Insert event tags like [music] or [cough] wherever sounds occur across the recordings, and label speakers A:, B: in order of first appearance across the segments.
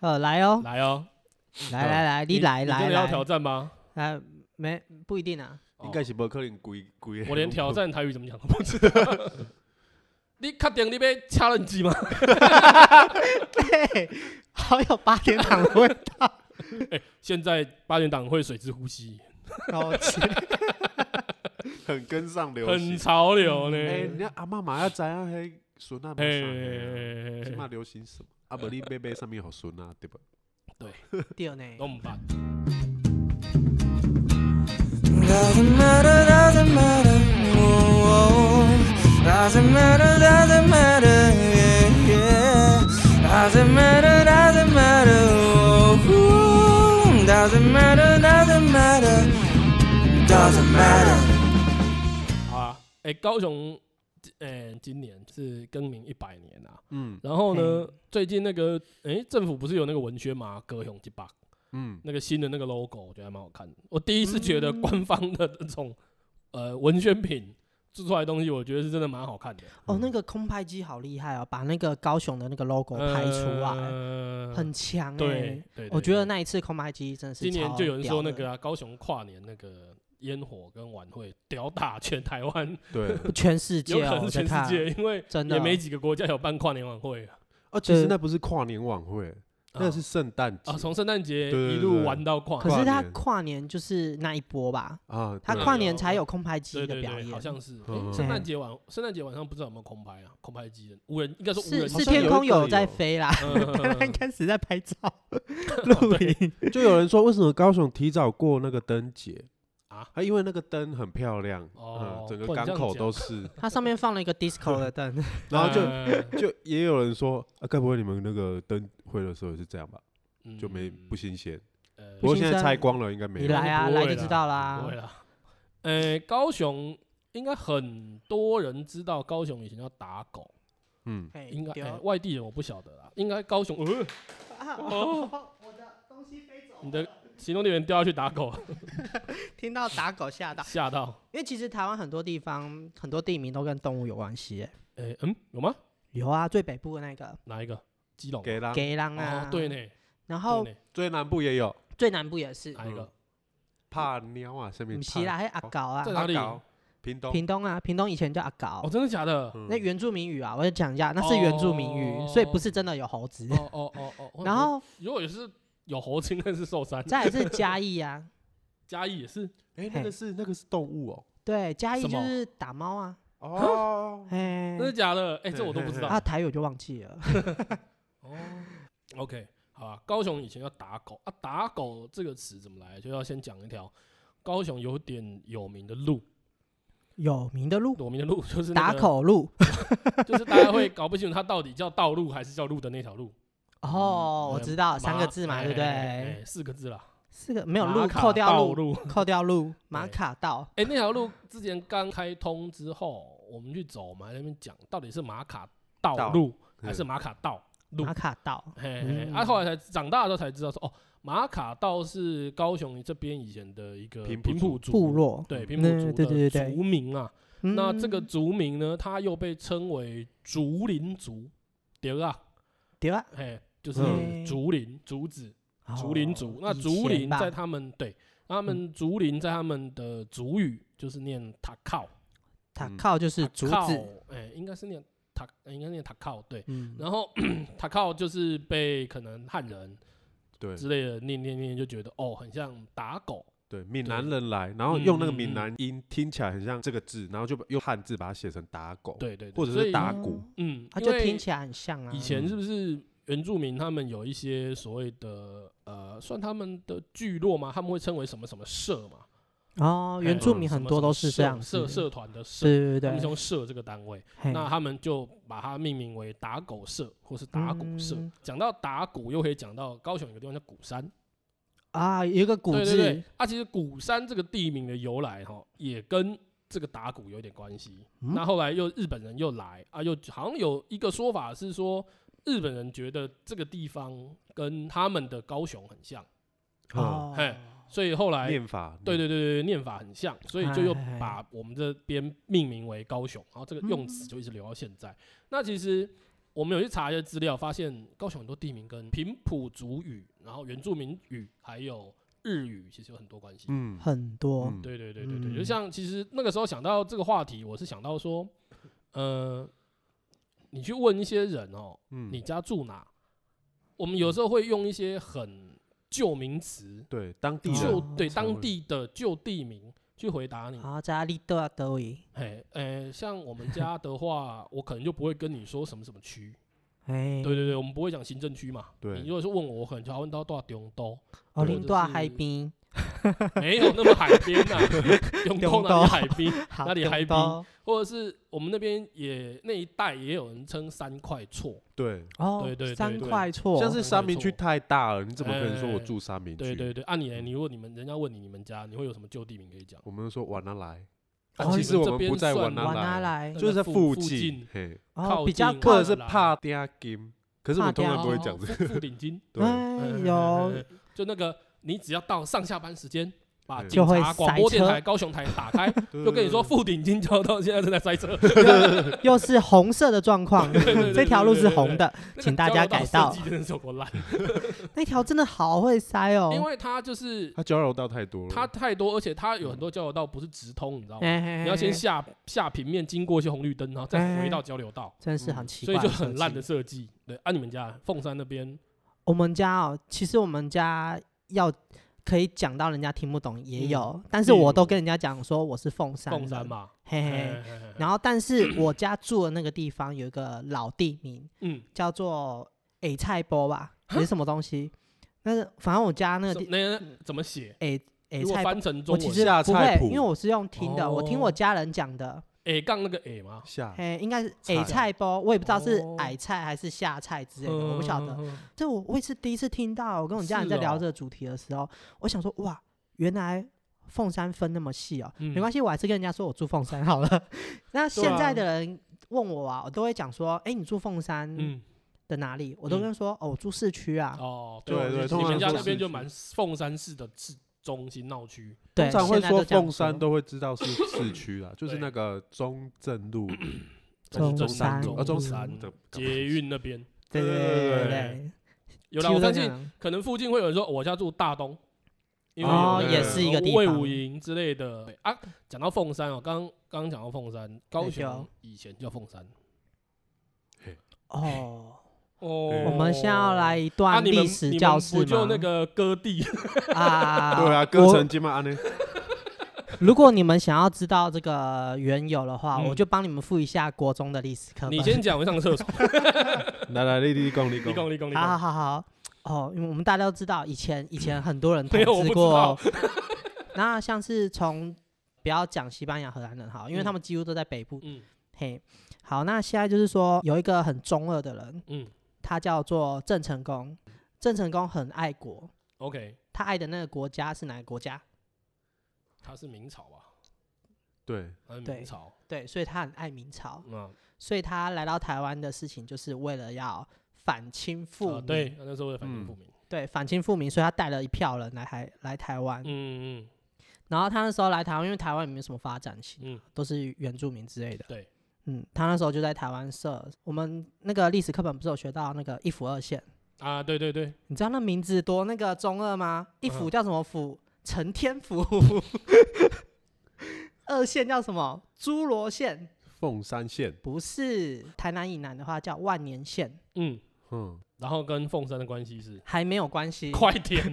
A: 呃，来哦，
B: 来哦，
A: 来来来，你来
B: 你
A: 来
B: 真的要挑
A: 来，
B: 战吗？
A: 啊，没不一定
B: [laughs]
A: 啊，
B: 哦
C: 应该是无可能规规。
B: 我连挑战台语怎么讲都不知道。 [laughs] 你确定你被掐人机吗？ [laughs]
A: 对，好有八点档的味道，
B: 现在八点档会水之呼吸， [laughs]
A: 好吃，
C: [laughs] 很跟上流
B: 很
C: 行。
B: 潮流呢。
C: 哎，人家阿嬷嘛要知影迄孙
A: 嗯
C: 啊，嘿，
B: 嘿
C: 即嘛流行啊什么？啊，无你买买上面好孙啊， [laughs] 对不？
A: 对呢，
B: 都唔办。
D: Doesn't matter, doesn't matter, oh, oh. doesn't matter, doesn't matter, yeah, yeah. Doesn't matter, doesn't matter, oh, oh. doesn't matter, doesn't matter, doesn't matter.
B: 好啊，哎、高雄，哎、今年是更名一百年啊。
C: 嗯
B: 然后呢
A: 嘿，
B: 最近那个，哎、政府不是有那个文宣嘛，高雄一百，
C: 嗯，
B: 那个新的那个 logo，我觉得还蛮好看的。我第一次觉
A: 嗯
B: 得官方的那种、呃文宣品做出来的东西，我觉得是真的蛮好看的，
A: 哦，那个空拍机好厉害哦，把那个高雄的那个 logo
B: 嗯
A: 拍出来，
B: 呃
A: 啊很强
B: 对
A: 哎
B: 对，对
A: 我觉得
B: 对
A: 那一次空拍机真的是
B: 今年
A: 超
B: 就有人
A: 屌
B: 说那
A: 的
B: 个、啊、高雄跨年那个烟火跟晚会屌打全台湾，
C: [laughs] 对。
A: 全世
B: 有
A: 界、
B: 可
A: 哦，
B: 能
A: 我
B: 全
A: 在
B: 世
A: 看
B: 界，因为
A: 真的
B: 也没几个国家有办跨年晚会啊。
C: 哦，其实
A: 对
C: 那不是跨年晚会，那是圣诞节
B: 哦啊，从圣诞节
C: 对
B: 一
C: 对
B: 路
C: 对
B: 玩到跨
A: 可是他
C: 跨年
A: 跨年就是那一波吧，
C: 啊。
A: 他
C: 对
A: 跨年才有空拍机
B: 对
A: 的
B: 对
A: 表演，
B: 对，好像是诶
C: 嗯
B: 圣诞节晚，圣诞节晚上不知道有没有空拍啊？空拍机的无人应该说无人
A: 是
B: 机
A: 是
C: 像
A: 天
C: 有一
A: 空
C: 个
A: 有在
C: 有
A: 飞啦，
B: [laughs] 嗯
A: 他一开始在拍
B: [laughs]
A: 照录影，
C: 就有人说，为什么高雄提早过那个灯节
B: 啊？
C: 啊，因为那个灯很漂亮，
B: 哦
C: 嗯，整个
B: 不能
C: 港
B: 这样
C: 口
B: 讲 [laughs]
C: 都是，
A: 它上面放了一个 disco 的灯，
C: 然后就
B: 嗯
C: 就也有人说，啊，该不会你们那个灯会的时候也是这样吧？
B: 嗯
C: 就没不新鲜。
B: 呃
C: 不过
A: 新
C: 现在
A: 鲜
C: 拆光了，应该没
A: 你
C: 有。
A: 来啊，
B: 不会
A: 来就知
B: 啦
A: 道
B: 不
A: 啦
B: 会。啦。呃，高雄应该很多人知道，高雄以前叫打狗，
C: 嗯，
A: 嘿
B: 应该哎
A: 对
B: 诶外地人我不晓得啦，应该高雄呃
A: 啊
B: 哦
A: 我的东西飞走
B: 你的行动电源掉下去打
A: [laughs]
B: 狗，
A: 听到打狗吓到，
B: 吓到。
A: [laughs] 因为其实台湾很多地方很多地名都跟动物有关系耶，
B: 诶，嗯，有吗？
A: 有啊，最北部的那个
B: 哪一个？基隆。
C: 给啦，
A: 给浪
B: 哦
A: 啊，，
B: 对，呢，
A: 然后
B: 对呢，啊
C: 最南部也有
A: 最南部也是，
B: 哪一个？
C: 嗯怕鸟啊，上面
A: 不是啦，
C: 怕
A: 还有阿搞啊
B: 在，哪
C: 阿
B: 里？
C: 搞屏东，
A: 屏东啊，屏东以前叫阿搞
B: 哦哦，，真的
A: [laughs]
B: 假的？
C: 嗯
A: 那原住民语啊，我也讲一下，那是原住民语，所以不是真的有猴子。
B: 哦哦哦哦哦。
A: 然后
B: 如果也是有猴子，应该是寿山。
A: 再来是嘉义啊，
B: 嘉义也是。
C: 哎，那个是那个是动物哦。
A: 对，嘉义
B: 什
A: 就
B: 么
A: 是打猫啊，
C: 哦，
A: 哎
B: 真，的假的？哎，这我都不知
A: [laughs]
B: 道
A: 啊。台语我就忘记了，
B: 哦，OK，好啊。高雄以前要打狗啊，打狗这个词怎么来？就要先讲一条高雄有点有名的路，
A: [laughs] 有名的路，
B: 有名的路就是那
A: 打
B: 个，
A: 口路。
B: 就是大家会搞不清楚它到底叫道路还是叫路的那条路。
A: 哦，我知道
B: 马
A: 三个字嘛，
B: 哎
A: 对不
B: 哎哎
A: 对？
B: 哎四个字啦，
A: 四个没有
B: 马
A: 路，
B: 卡
A: 扣掉
B: 道
A: 路，
B: 路。
A: 扣掉路，马
B: 对
A: 卡道。
B: 哎，那条路之前刚开通之后，我们去走嘛，那边讲到底是马卡道
C: 道
B: 路
C: 嗯
B: 还是马卡道路
A: 马？卡道，
B: 嘿嘿，嘿啊，
A: 嗯
B: 后来才长大的时候才知道说，哦，马卡道是高雄这边以前的一个
C: 平埔
B: 平埔族
A: 部，落。
B: 对
C: 嗯
B: 平埔族
A: 对对对
B: 的
A: 对
B: 族名啊。那这个
A: 嗯
B: 族名呢，它又被称为竹林族，对啊，
A: 对啊，
B: 嘿，就是
A: 嗯
B: 竹林竹子竹林族
A: 哦。
B: 那
A: 以
B: 竹
A: 前
B: 林
A: 吧嗯
B: 在他们对他们竹林在他们的族语就是念塔靠，
A: 塔
C: 嗯
A: 靠就是
B: 塔
A: 竹
B: 靠
A: 子，，
B: 哎，应该是念塔，哎应该念塔靠对。
A: 嗯，
B: 然后 [clears throat] 塔靠就是被可能汉人
C: 对
B: 之类的，念念念就觉得哦，很像打狗。
C: 对，闽南人来，然后用那个
B: 嗯
C: 闽
B: 嗯嗯
C: 南音听起来很像这个字，然后就把用汉字把它写成打狗。，
B: 对对对，
C: 或者
B: 所
C: 是
B: 以
C: 打鼓
A: 哦，
B: 嗯，
A: 啊，
B: 因
A: 就
B: 为
A: 听起来很像啊。
B: 以前是不是原住民他们有一些所谓的呃，算他们的聚落嘛，他们会称为什么什么社嘛？
A: 哦，原
B: 哎
A: 住
B: 嗯
A: 民
B: 什
A: 很
B: 么
A: 多
B: 什么
A: 都是
B: 社
A: 这样子
B: 社
A: 的，
B: 社团的社，
A: 对对
B: 他
A: 对
B: 们是
A: 对
B: 用社这个单位，
A: 嘿，
B: 那他们就把它命名为打狗社或是打鼓社
A: 嗯。
B: 讲到打鼓，又可以讲到高雄有个地方叫鼓山。
A: 啊，有一个古
B: 对对对
A: 字，，
B: 啊，其实鼓山这个地名的由来哈，也跟这个打鼓有点关系。
A: 嗯
B: 那后来又日本人又来啊，又好像有一个说法是说，日本人觉得这个地方跟他们的高雄很像，
C: 嗯，
A: 哦，
B: 嘿所以后来
C: 念法，嗯
B: 对对对对念法很像，所以就又
A: 哎哎哎
B: 把
A: 嗯
B: 我们这边命名为高雄，然后这个用词就一直留到现在。那其实。我们有去查一些资料，发现高雄很多地名跟平埔族语、然后原住民语还有日语其实有很多关系。
C: 嗯，
A: 很多，
C: 嗯，
B: 对对对对对，
A: 嗯
B: 就像其实那个时候想到这个话题，我是想到说，呃，你去问一些人哦，
C: 嗯
B: 你家住哪？我们有时候会用一些很旧名词，
C: 对当地
A: 嗯
B: 就
C: 人，
A: 哦
B: 对
C: 才会
B: 当地的旧地名去回答
C: 嗯
B: 你。
A: 然后在利德德维，
B: 哎，呃，像我们家的话，我可能就不会跟你说什么什么区。
A: 哎，
B: 对对对，我们不会讲行政区嘛。
C: 对
B: 你如果是问我，我可能就要问到多少东都，
A: 哦，
B: 对
A: 林
B: 就
A: 多
B: 是
A: 海滨，
B: 没有那么海边
C: [laughs]
B: 呐、啊，东
A: 中
B: 都哪
A: 都
B: 里海滨？
A: 好
B: 那里海
A: 中都
B: 或者是我们那边也那一带也有人称三块厝，
C: 对，
A: 哦，
B: 对对对
A: 三
B: 对
A: 块错，
C: 像是沙明区
B: 错
C: 太大了，你怎么可能说我
B: 哎
C: 住沙明区？
B: 对对对。按、你
C: 嗯
B: 呢？你如果你们人家问你你们家，你会有什么旧地名可以讲？
C: 我们说瓦纳莱，
A: 哦
C: 啊其实
B: 你们
C: 我
B: 这
C: 们
B: 边
C: 不在瓦
B: 算
A: 瓦
C: 纳
A: 纳
C: 莱，
A: 莱，
C: 就是在
B: 附
C: 近
B: 近，
C: 嘿，
A: 哦，
B: 靠
A: 比较
B: 近
C: 或
A: 靠
C: 者是
B: 瓦纳莱
C: 帕嗲金，可是我们通
A: 帕嗲
C: 常不会
A: 金
C: 讲这个，
B: [laughs] 富富顶金，
C: 对，
A: 哎
B: 嗯
A: 有，
B: [laughs] 就那个你只要到上下班时间，把
C: 对嗯
B: 警
A: 就会
B: 察广
A: 塞
B: 播电
A: 车
B: 台高雄台打
C: [laughs]
B: 开，
C: 对
B: 就跟你说，富顶金交到现在正在
A: [laughs]
B: 塞车，
A: 又是红色的状况，
B: 对对对
A: 这条路是红
B: 对
A: 的，请大家改
B: 道
A: 道
B: 设计真的是有多烂，
A: 那条真的好会塞哦。
B: 因为它就是
C: 他交流道太多了，
B: 它太多，而且它有很多交流道不是直通，你知道吗？
A: 你
B: 你要先下下平面，经过一些红绿灯，然后再回到交流道，
A: 真是很奇
B: 所
A: 怪
B: 以
A: 的
B: 就
A: 设计，
B: 很烂的设计。对，按、你们家凤山那边，
A: 我们家哦，其实我们家要可以讲到人家听不懂也有，但是
B: 例
A: 我都
B: 如
A: 跟人家讲说我是凤山，
B: 嗯凤山，嘛，
A: 嘿
B: 嘿
A: 嘿。
B: 嘿嘿嘿
A: 然后，但是我家住的那个地方有一个老地名，
B: 嗯，
A: 叫做诶菜波吧，还是什么东西？但是反正我家那个
B: 什
A: 地
B: 那那怎么写？
A: 诶诶
B: 如果
A: 菜
B: 翻成中
A: 我其
B: 文
A: 实
B: 是，
C: 下
A: 不
C: 菜
A: 会，
C: 谱
A: 因为我是用听的，我听我
B: 哦
A: 家人讲的。
B: A 杠哎那个 A 嘛，
C: 下
A: 哎，应该是
C: 菜
A: 矮菜包，我也不知道是
B: 哦
A: 矮菜还是下菜之类的，我不晓得。
B: 嗯。
A: 这我我也是第一次听到，我跟我家人在
B: 是
A: 聊
B: 哦
A: 这个主题的时候，我想说，哇，原来凤山分那么细哦，
B: 嗯
A: 没关系，我还是跟人家说我住凤山好了。 [laughs] 那现
C: 啊
A: 在的人问我啊，我都会讲说，哎，你住凤山
B: 嗯，
A: 的哪里？我都跟他说，哦，我住市区啊。
B: 哦，
C: 对对
B: 你
C: 通
B: 们
C: 常
B: 家
C: 说
B: 那边
C: 是
B: 就蛮凤山市的市中心闹区，
A: 对，
C: 通常会
A: 现在都
C: 说
A: 这样
C: 凤山
A: 说
C: 都会知道是市区啦，就是
B: 对
C: 那个中正路还是
A: 中山
C: 山路，
A: 路
C: 啊中
B: 中
C: 怎么
B: 捷运那边
A: 对对对对对，
B: 有啦，
A: 几乎都
B: 我相
A: 这
B: 信
A: 样
B: 可能附近会有人说我家住大东，因为
A: 哦
B: 有
C: 也是
A: 一个地
B: 魏
A: 方
B: 武营之类的对啊。讲到凤山哦，刚刚刚讲到凤山，高雄
A: 就
B: 以前叫凤山
A: 哦。
B: 哦
A: 我们先要来一
B: 啊，
A: 段
B: 你们
A: 历史教室
B: 你
A: 吗？
B: 们不就那个
A: [laughs]
B: 割地？ [laughs]
A: 啊，
C: 对啊，
A: 我
C: 歌城金嘛安呢，
A: 如果你们想要知道这个缘由的话，
B: 嗯
A: 我就帮你们复一下国中的历史课本。
B: 你先讲，我上
A: [laughs]
B: 厕所。
C: 来来，你你讲你
B: 立
C: 讲，
B: 功立功立
A: 好好
B: 功，
A: 好好。哦，因为我们大家都知道，以前以前很多人统
B: 没有我
A: 治
B: 不
A: 过， [laughs] 那像是从不要讲西班牙、荷兰人好，因为他们几乎都在北部。
B: 嗯
A: 嘿，好，那现在就是说有一个很中二的人，
B: 嗯
A: 他叫做郑成功。郑成功很爱国，
B: ，OK，
A: 他爱的那个国家是哪个国家？
B: 他是明朝吧？
C: 对，
B: 他是
A: 对
B: 明朝，
A: 对，所以他很爱明朝，
B: 嗯，
A: 所以他来到台湾的事情就是为了要反清复
B: 啊
A: 明。
B: 对，那时候为了反清
C: 嗯
B: 复明，
A: 对，反清复明，所以他带了一票人来台来台湾。
B: 嗯嗯
A: 然后他那时候来台湾，因为台湾也没有什么发展性，
B: 嗯，
A: 都是原住民之类的。
B: 对，
A: 嗯，他那时候就在台湾设，我们那个历史课本不是有学到那个一府二县？
B: 啊，对对对，
A: 你知道那名字多那个中二吗？一府叫什么府？承天府。二县叫什么？诸罗县？
C: 凤山县，
A: 不是。台南以南的话叫万年县，
B: 嗯，
C: 嗯，
B: 然后跟凤山的关系是
A: 还没有关系。
B: 快点，
A: [laughs]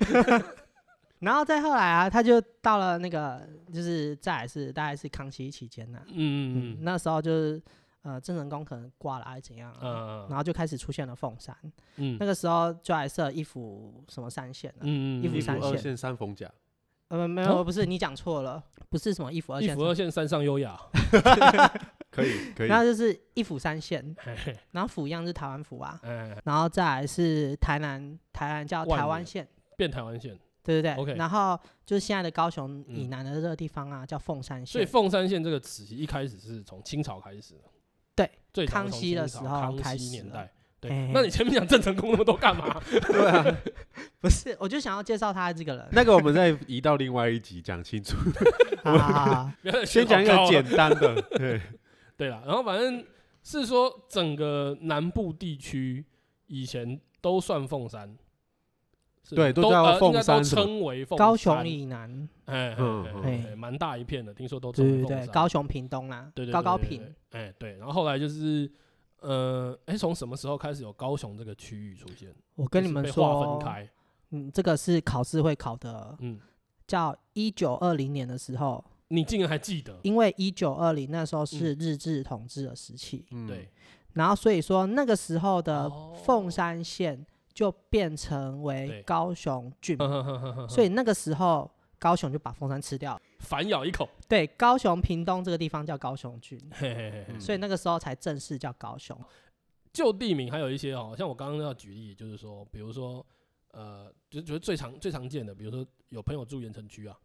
A: 然后再后来啊，他就到了那个，就是再来是大概是康熙期间呐、嗯
B: 嗯，嗯
A: 那时候就是呃，郑成功可能挂了还是怎样、啊，
B: 嗯
A: 然后就开始出现了凤山。
B: 嗯
A: 那个时候就还设一府什么三县了、
B: 嗯
A: 一
C: 一
A: 府
C: 府
A: 三
C: 二
A: 县
C: 县三逢甲，
A: 呃，没
B: 哦
A: 有，不是你讲错了，不是什么一府二
B: 一
A: 县
B: 府，二县山上优雅， [laughs]
C: 可以可以，
A: 然后就是一府三县，
B: 嘿嘿
A: 然后府一样是台湾府啊，
B: 哎，
A: 然后再来是台南，台南叫
B: 万
A: 台湾
B: 年
A: 县。
B: 变台湾县，
A: 对对对
B: OK
A: 然后就是现在的高雄以
B: 嗯
A: 南的这个地方啊，叫凤山
B: 所以
A: 县。
B: 凤山县这个词一开始是从清朝开始的，
A: 对，
B: 最早是
A: 康
B: 从
A: 熙的
B: 清朝
A: 时候
B: 康
A: 开
B: 熙
A: 始
B: 年
A: 了
B: 代。对
A: 嘿嘿，
B: 那你前面讲郑成功那么多
A: [laughs]
B: 干嘛？
C: [laughs] 对啊，
A: 不是，我就想要介绍他这个
B: [laughs]
A: 人。
C: 那个我们再移到另外一集讲清楚，
A: 好好好好啊
B: 不要再学
C: 先讲一个
B: 老高了
C: 简单的，对，
B: 对啦，然后反正是说整个南部地区以前都算凤山，是
C: 对都
B: 都
C: 叫
B: 呃
C: 凤
B: 应该都
C: 山什么
B: 称为凤山。
A: 高雄以南，
B: 哎，
C: 嗯
B: 哎
C: 嗯
B: 哎哎蛮大一片的，听说都称
A: 对
B: 为
A: 对
B: 凤
A: 对，
B: 山。
A: 高雄屏东啦，
B: 对对对
A: 高高
B: 对
A: 屏，
B: 对哎对，然后后来就是呃，哎，从什么时候开始有高雄这个区域出现？
A: 我跟你
B: 就是
A: 们
B: 被划
A: 说
B: 分，开，
A: 嗯，这个是考试会考的，
B: 嗯，
A: 叫一九二零年的时候，
B: 你竟然还记得？
A: 因为一九二零那时
B: 嗯
A: 候是日治统治的时期，
C: 嗯
B: 对， [laughs]
A: 然后所以说那个时候的
B: 哦
A: 凤山县就变成为
B: 对嗯
A: 高雄郡，所
B: 所以
A: 以那个时候高雄就把凤山吃掉了。
B: 反咬一口， [laughs]
A: 对，高雄屏东这个地方叫高雄郡，
B: 嘿嘿嘿嘿
C: 嗯
A: 所以那个时候才正式叫高雄。
B: 就地名还有一些哦，像我刚刚要举例，就是说，比如说，呃，就觉得最常最常见的，比如说有朋友住盐城区啊，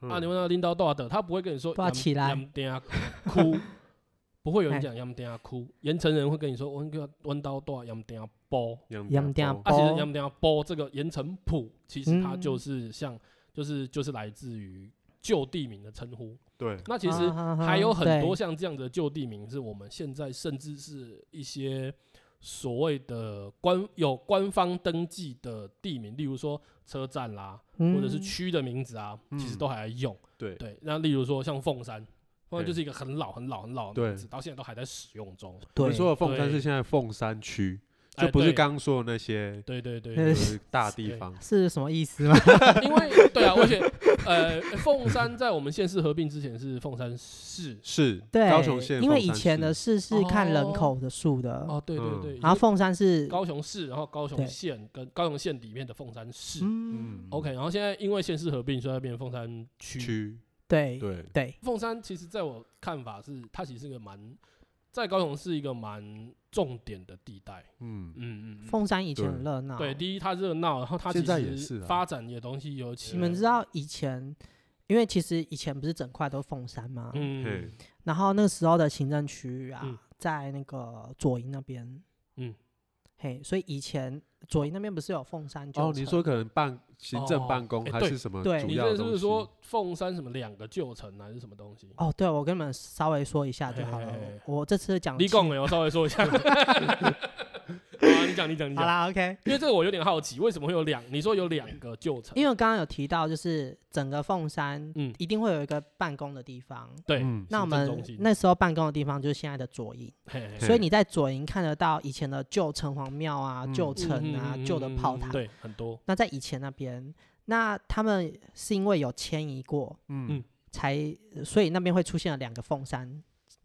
C: 嗯
B: 啊，你问他拎刀多少的，他不会跟你说
A: 多少嗯啊起来
B: 点啊
A: [laughs]
B: 哭，不会有
A: 哎
B: 人讲盐点哭，盐城人会跟你说温个温刀多少盐点包，
C: 嗯
A: 盐埕
B: 啊，其
A: 包
B: 实盐点包这个盐城埔，其实它
A: 嗯
B: 就是像就是就是来自于旧地名的称呼，
C: 对，
B: 那其实。
A: 啊
B: 还有很多
A: 对
B: 像这样的旧地名，是我们现在甚至是一些所谓的官有官方登记的地名，例如说车站啦，或者是
A: 嗯
B: 区的名字啊，其实
C: 嗯
B: 都还在用。
C: 对
B: 对，那例如说像凤山，凤山
C: 对
B: 就是一个很老很老很老的
C: 对
B: 名字，到现在都还在使用中。
C: 我
A: 对
C: 们说的凤山
B: 对
C: 是现在凤山区，
B: 哎
C: 就不是
B: 对
C: 刚刚说的那些
B: 对对
A: [laughs]
B: 对，
A: 呃
B: 对
C: 就是大地
B: 对
C: 方。
A: 是什么意思吗？
B: 因为对啊，而且呃，凤山在我们县市合并之前是凤山市。
C: 是，
A: 对，
C: 高雄县
A: 因为
C: 凤
A: 以
C: 山
A: 前
C: 市
A: 的市是看人
B: 哦
A: 口的数的，
B: 哦，对对
C: 嗯
B: 对，
A: 然后啊凤山是
B: 高雄市，然后高雄
A: 对
B: 县跟高雄县里面的凤山市，
A: 嗯，
C: 嗯
B: OK，然后现在因为县市合并，所以它变成凤山区。
C: 区，
A: 对
C: 对，
A: 对，
B: 凤山其实在我看法是，它其实是个蛮在高雄是一个蛮重点的地带。
C: 嗯，
B: 嗯嗯嗯，
A: 凤啊山以前
C: 对
A: 很热闹，
B: 对，第一它热闹，然后它其
C: 现在也
B: 实
C: 是啊
B: 发展的东西有起
A: 你
B: 来。
A: 们知道以前，因为其实以前不是整块都凤山吗？
B: 嗯
C: 嘿，
A: 然后那时候的行政区域啊，
B: 嗯
A: 在那个左营那边，
B: 嗯，
A: 嘿，所以以前左营那边不是有凤山旧
C: 哦，
A: 城
C: 你说可能办行政
B: 哦
C: 办公
B: 哎
C: 还
B: 对
C: 是什么
A: 对
C: 主
B: 你
C: 要
B: 这
C: 的
B: 是不
C: 东
B: 是
C: 西？
B: 说凤山什么两个旧城还是什么东西？
A: 哦，对，我跟你们稍微说一下就好了。
B: 嘿嘿嘿
A: 我这次讲
B: 你
A: 计
B: 讲欸了，我稍微说
A: [laughs]
B: 一下。好啊，你讲，你讲，你
A: 好
B: 讲。
A: 啦，OK。
B: 因为这个我有点好奇，为什么会有两？你说有两个旧城？
A: 因为我刚刚有提到，就是整个凤山
B: 嗯，
A: 一定会有一个办公的地方。
B: 对，
C: 嗯，
A: 那我
B: 行政
A: 们
B: 中心
A: 那时候办公的地方就是现在的左营，
B: 嘿嘿嘿
A: 所以你在左营看得到以前的旧城隍庙啊、
C: 嗯
A: 旧
B: 嗯
A: 城
B: 嗯
A: 啊、
B: 嗯
A: 旧
B: 嗯
A: 的
B: 嗯
A: 炮
B: 嗯
A: 台。
B: 对，很多。
A: 那在以前那边，那他们是因为有迁移过，
C: 嗯
B: 嗯，
A: 才所以那边会出现了两个凤山。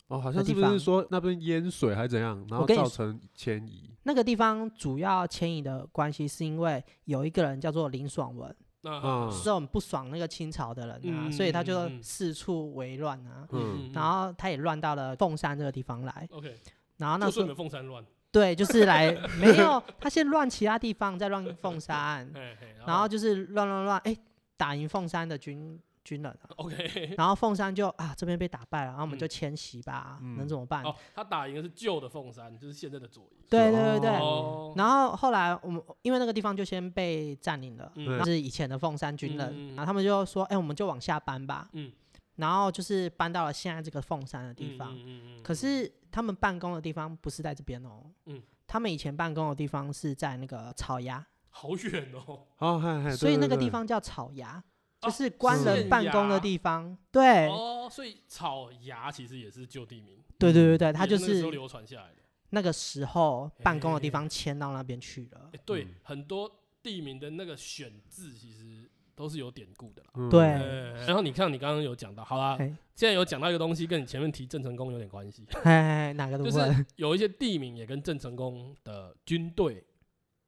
C: 哦，好
A: 的
C: 像是
A: 地
C: 不是
A: 方
C: 说那边淹水还是怎样，然
A: 我
C: 后
A: 跟你
C: 造
A: 说
C: 成迁移？
A: 那个地方主要迁移的关系，是因为有一个人叫做林爽文，
B: 那
C: 嗯
A: 是很不爽那个清朝的人啊，
B: 嗯
A: 所以他
B: 嗯
A: 就
B: 嗯嗯
A: 四处为乱啊。
C: 嗯
A: 然后他也乱到了凤山这个地方来，
B: OK，
A: 然后那
B: 就
A: 时
B: 顺
A: 候
B: 着凤山乱，
A: 对，就是来没
B: [laughs]
A: 有，他先乱其他地方，再乱凤山，
B: 嘿嘿
A: 嗯然后就是乱乱乱，哎，打赢凤山的军军人了，
B: OK，
A: 然后凤山就啊这边被打败了，然后我们
B: 嗯
A: 就迁徙吧，
C: 嗯
A: 能怎么办？
B: 哦，他打赢的是旧的凤山，就是现在的左营。
A: 对对对对。
B: 哦，
A: 然后后来我们因为那个地方就先被占领了，
B: 嗯
A: 然后是以前的凤山军人，
B: 嗯嗯嗯
A: 然后他们就说，哎，我们就往下搬吧，
B: 嗯
A: 然后就是搬到了现在这个凤山的地方。
B: 嗯嗯嗯
A: 可是他们办公的地方不是在这边哦，
B: 嗯
A: 他们以前办公的地方是在那个草衙，
B: 好远哦，
C: 哦，嗨嗨，
A: 所
C: 对
A: 以那
C: 对
A: 个
C: 对
A: 地方叫草衙，就
B: 哦
A: 是官
C: 是
A: 人办公的
B: 衙
A: 地方。对，
B: 哦，所以草衙其实也是旧地名，
A: 对对对对，他
B: 也
A: 就是
B: 那个时候
A: 是
B: 流传下来的。
A: 那个时候办公的地
B: 嘿
A: 方迁到那边去了
B: 哎。，对
C: 嗯，
B: 很多地名的那个选字其实都是有典故的啦。
C: 嗯
A: 对
B: 哎然后你看，你刚刚有讲到，好啦，
A: 嘿
B: 既然有讲到一个东西，跟你前面提郑成功有点关系， [laughs]
A: 哎，哪个都
B: 就
A: 不
B: 是
A: 会。
B: 有一些地名也跟郑成功的军队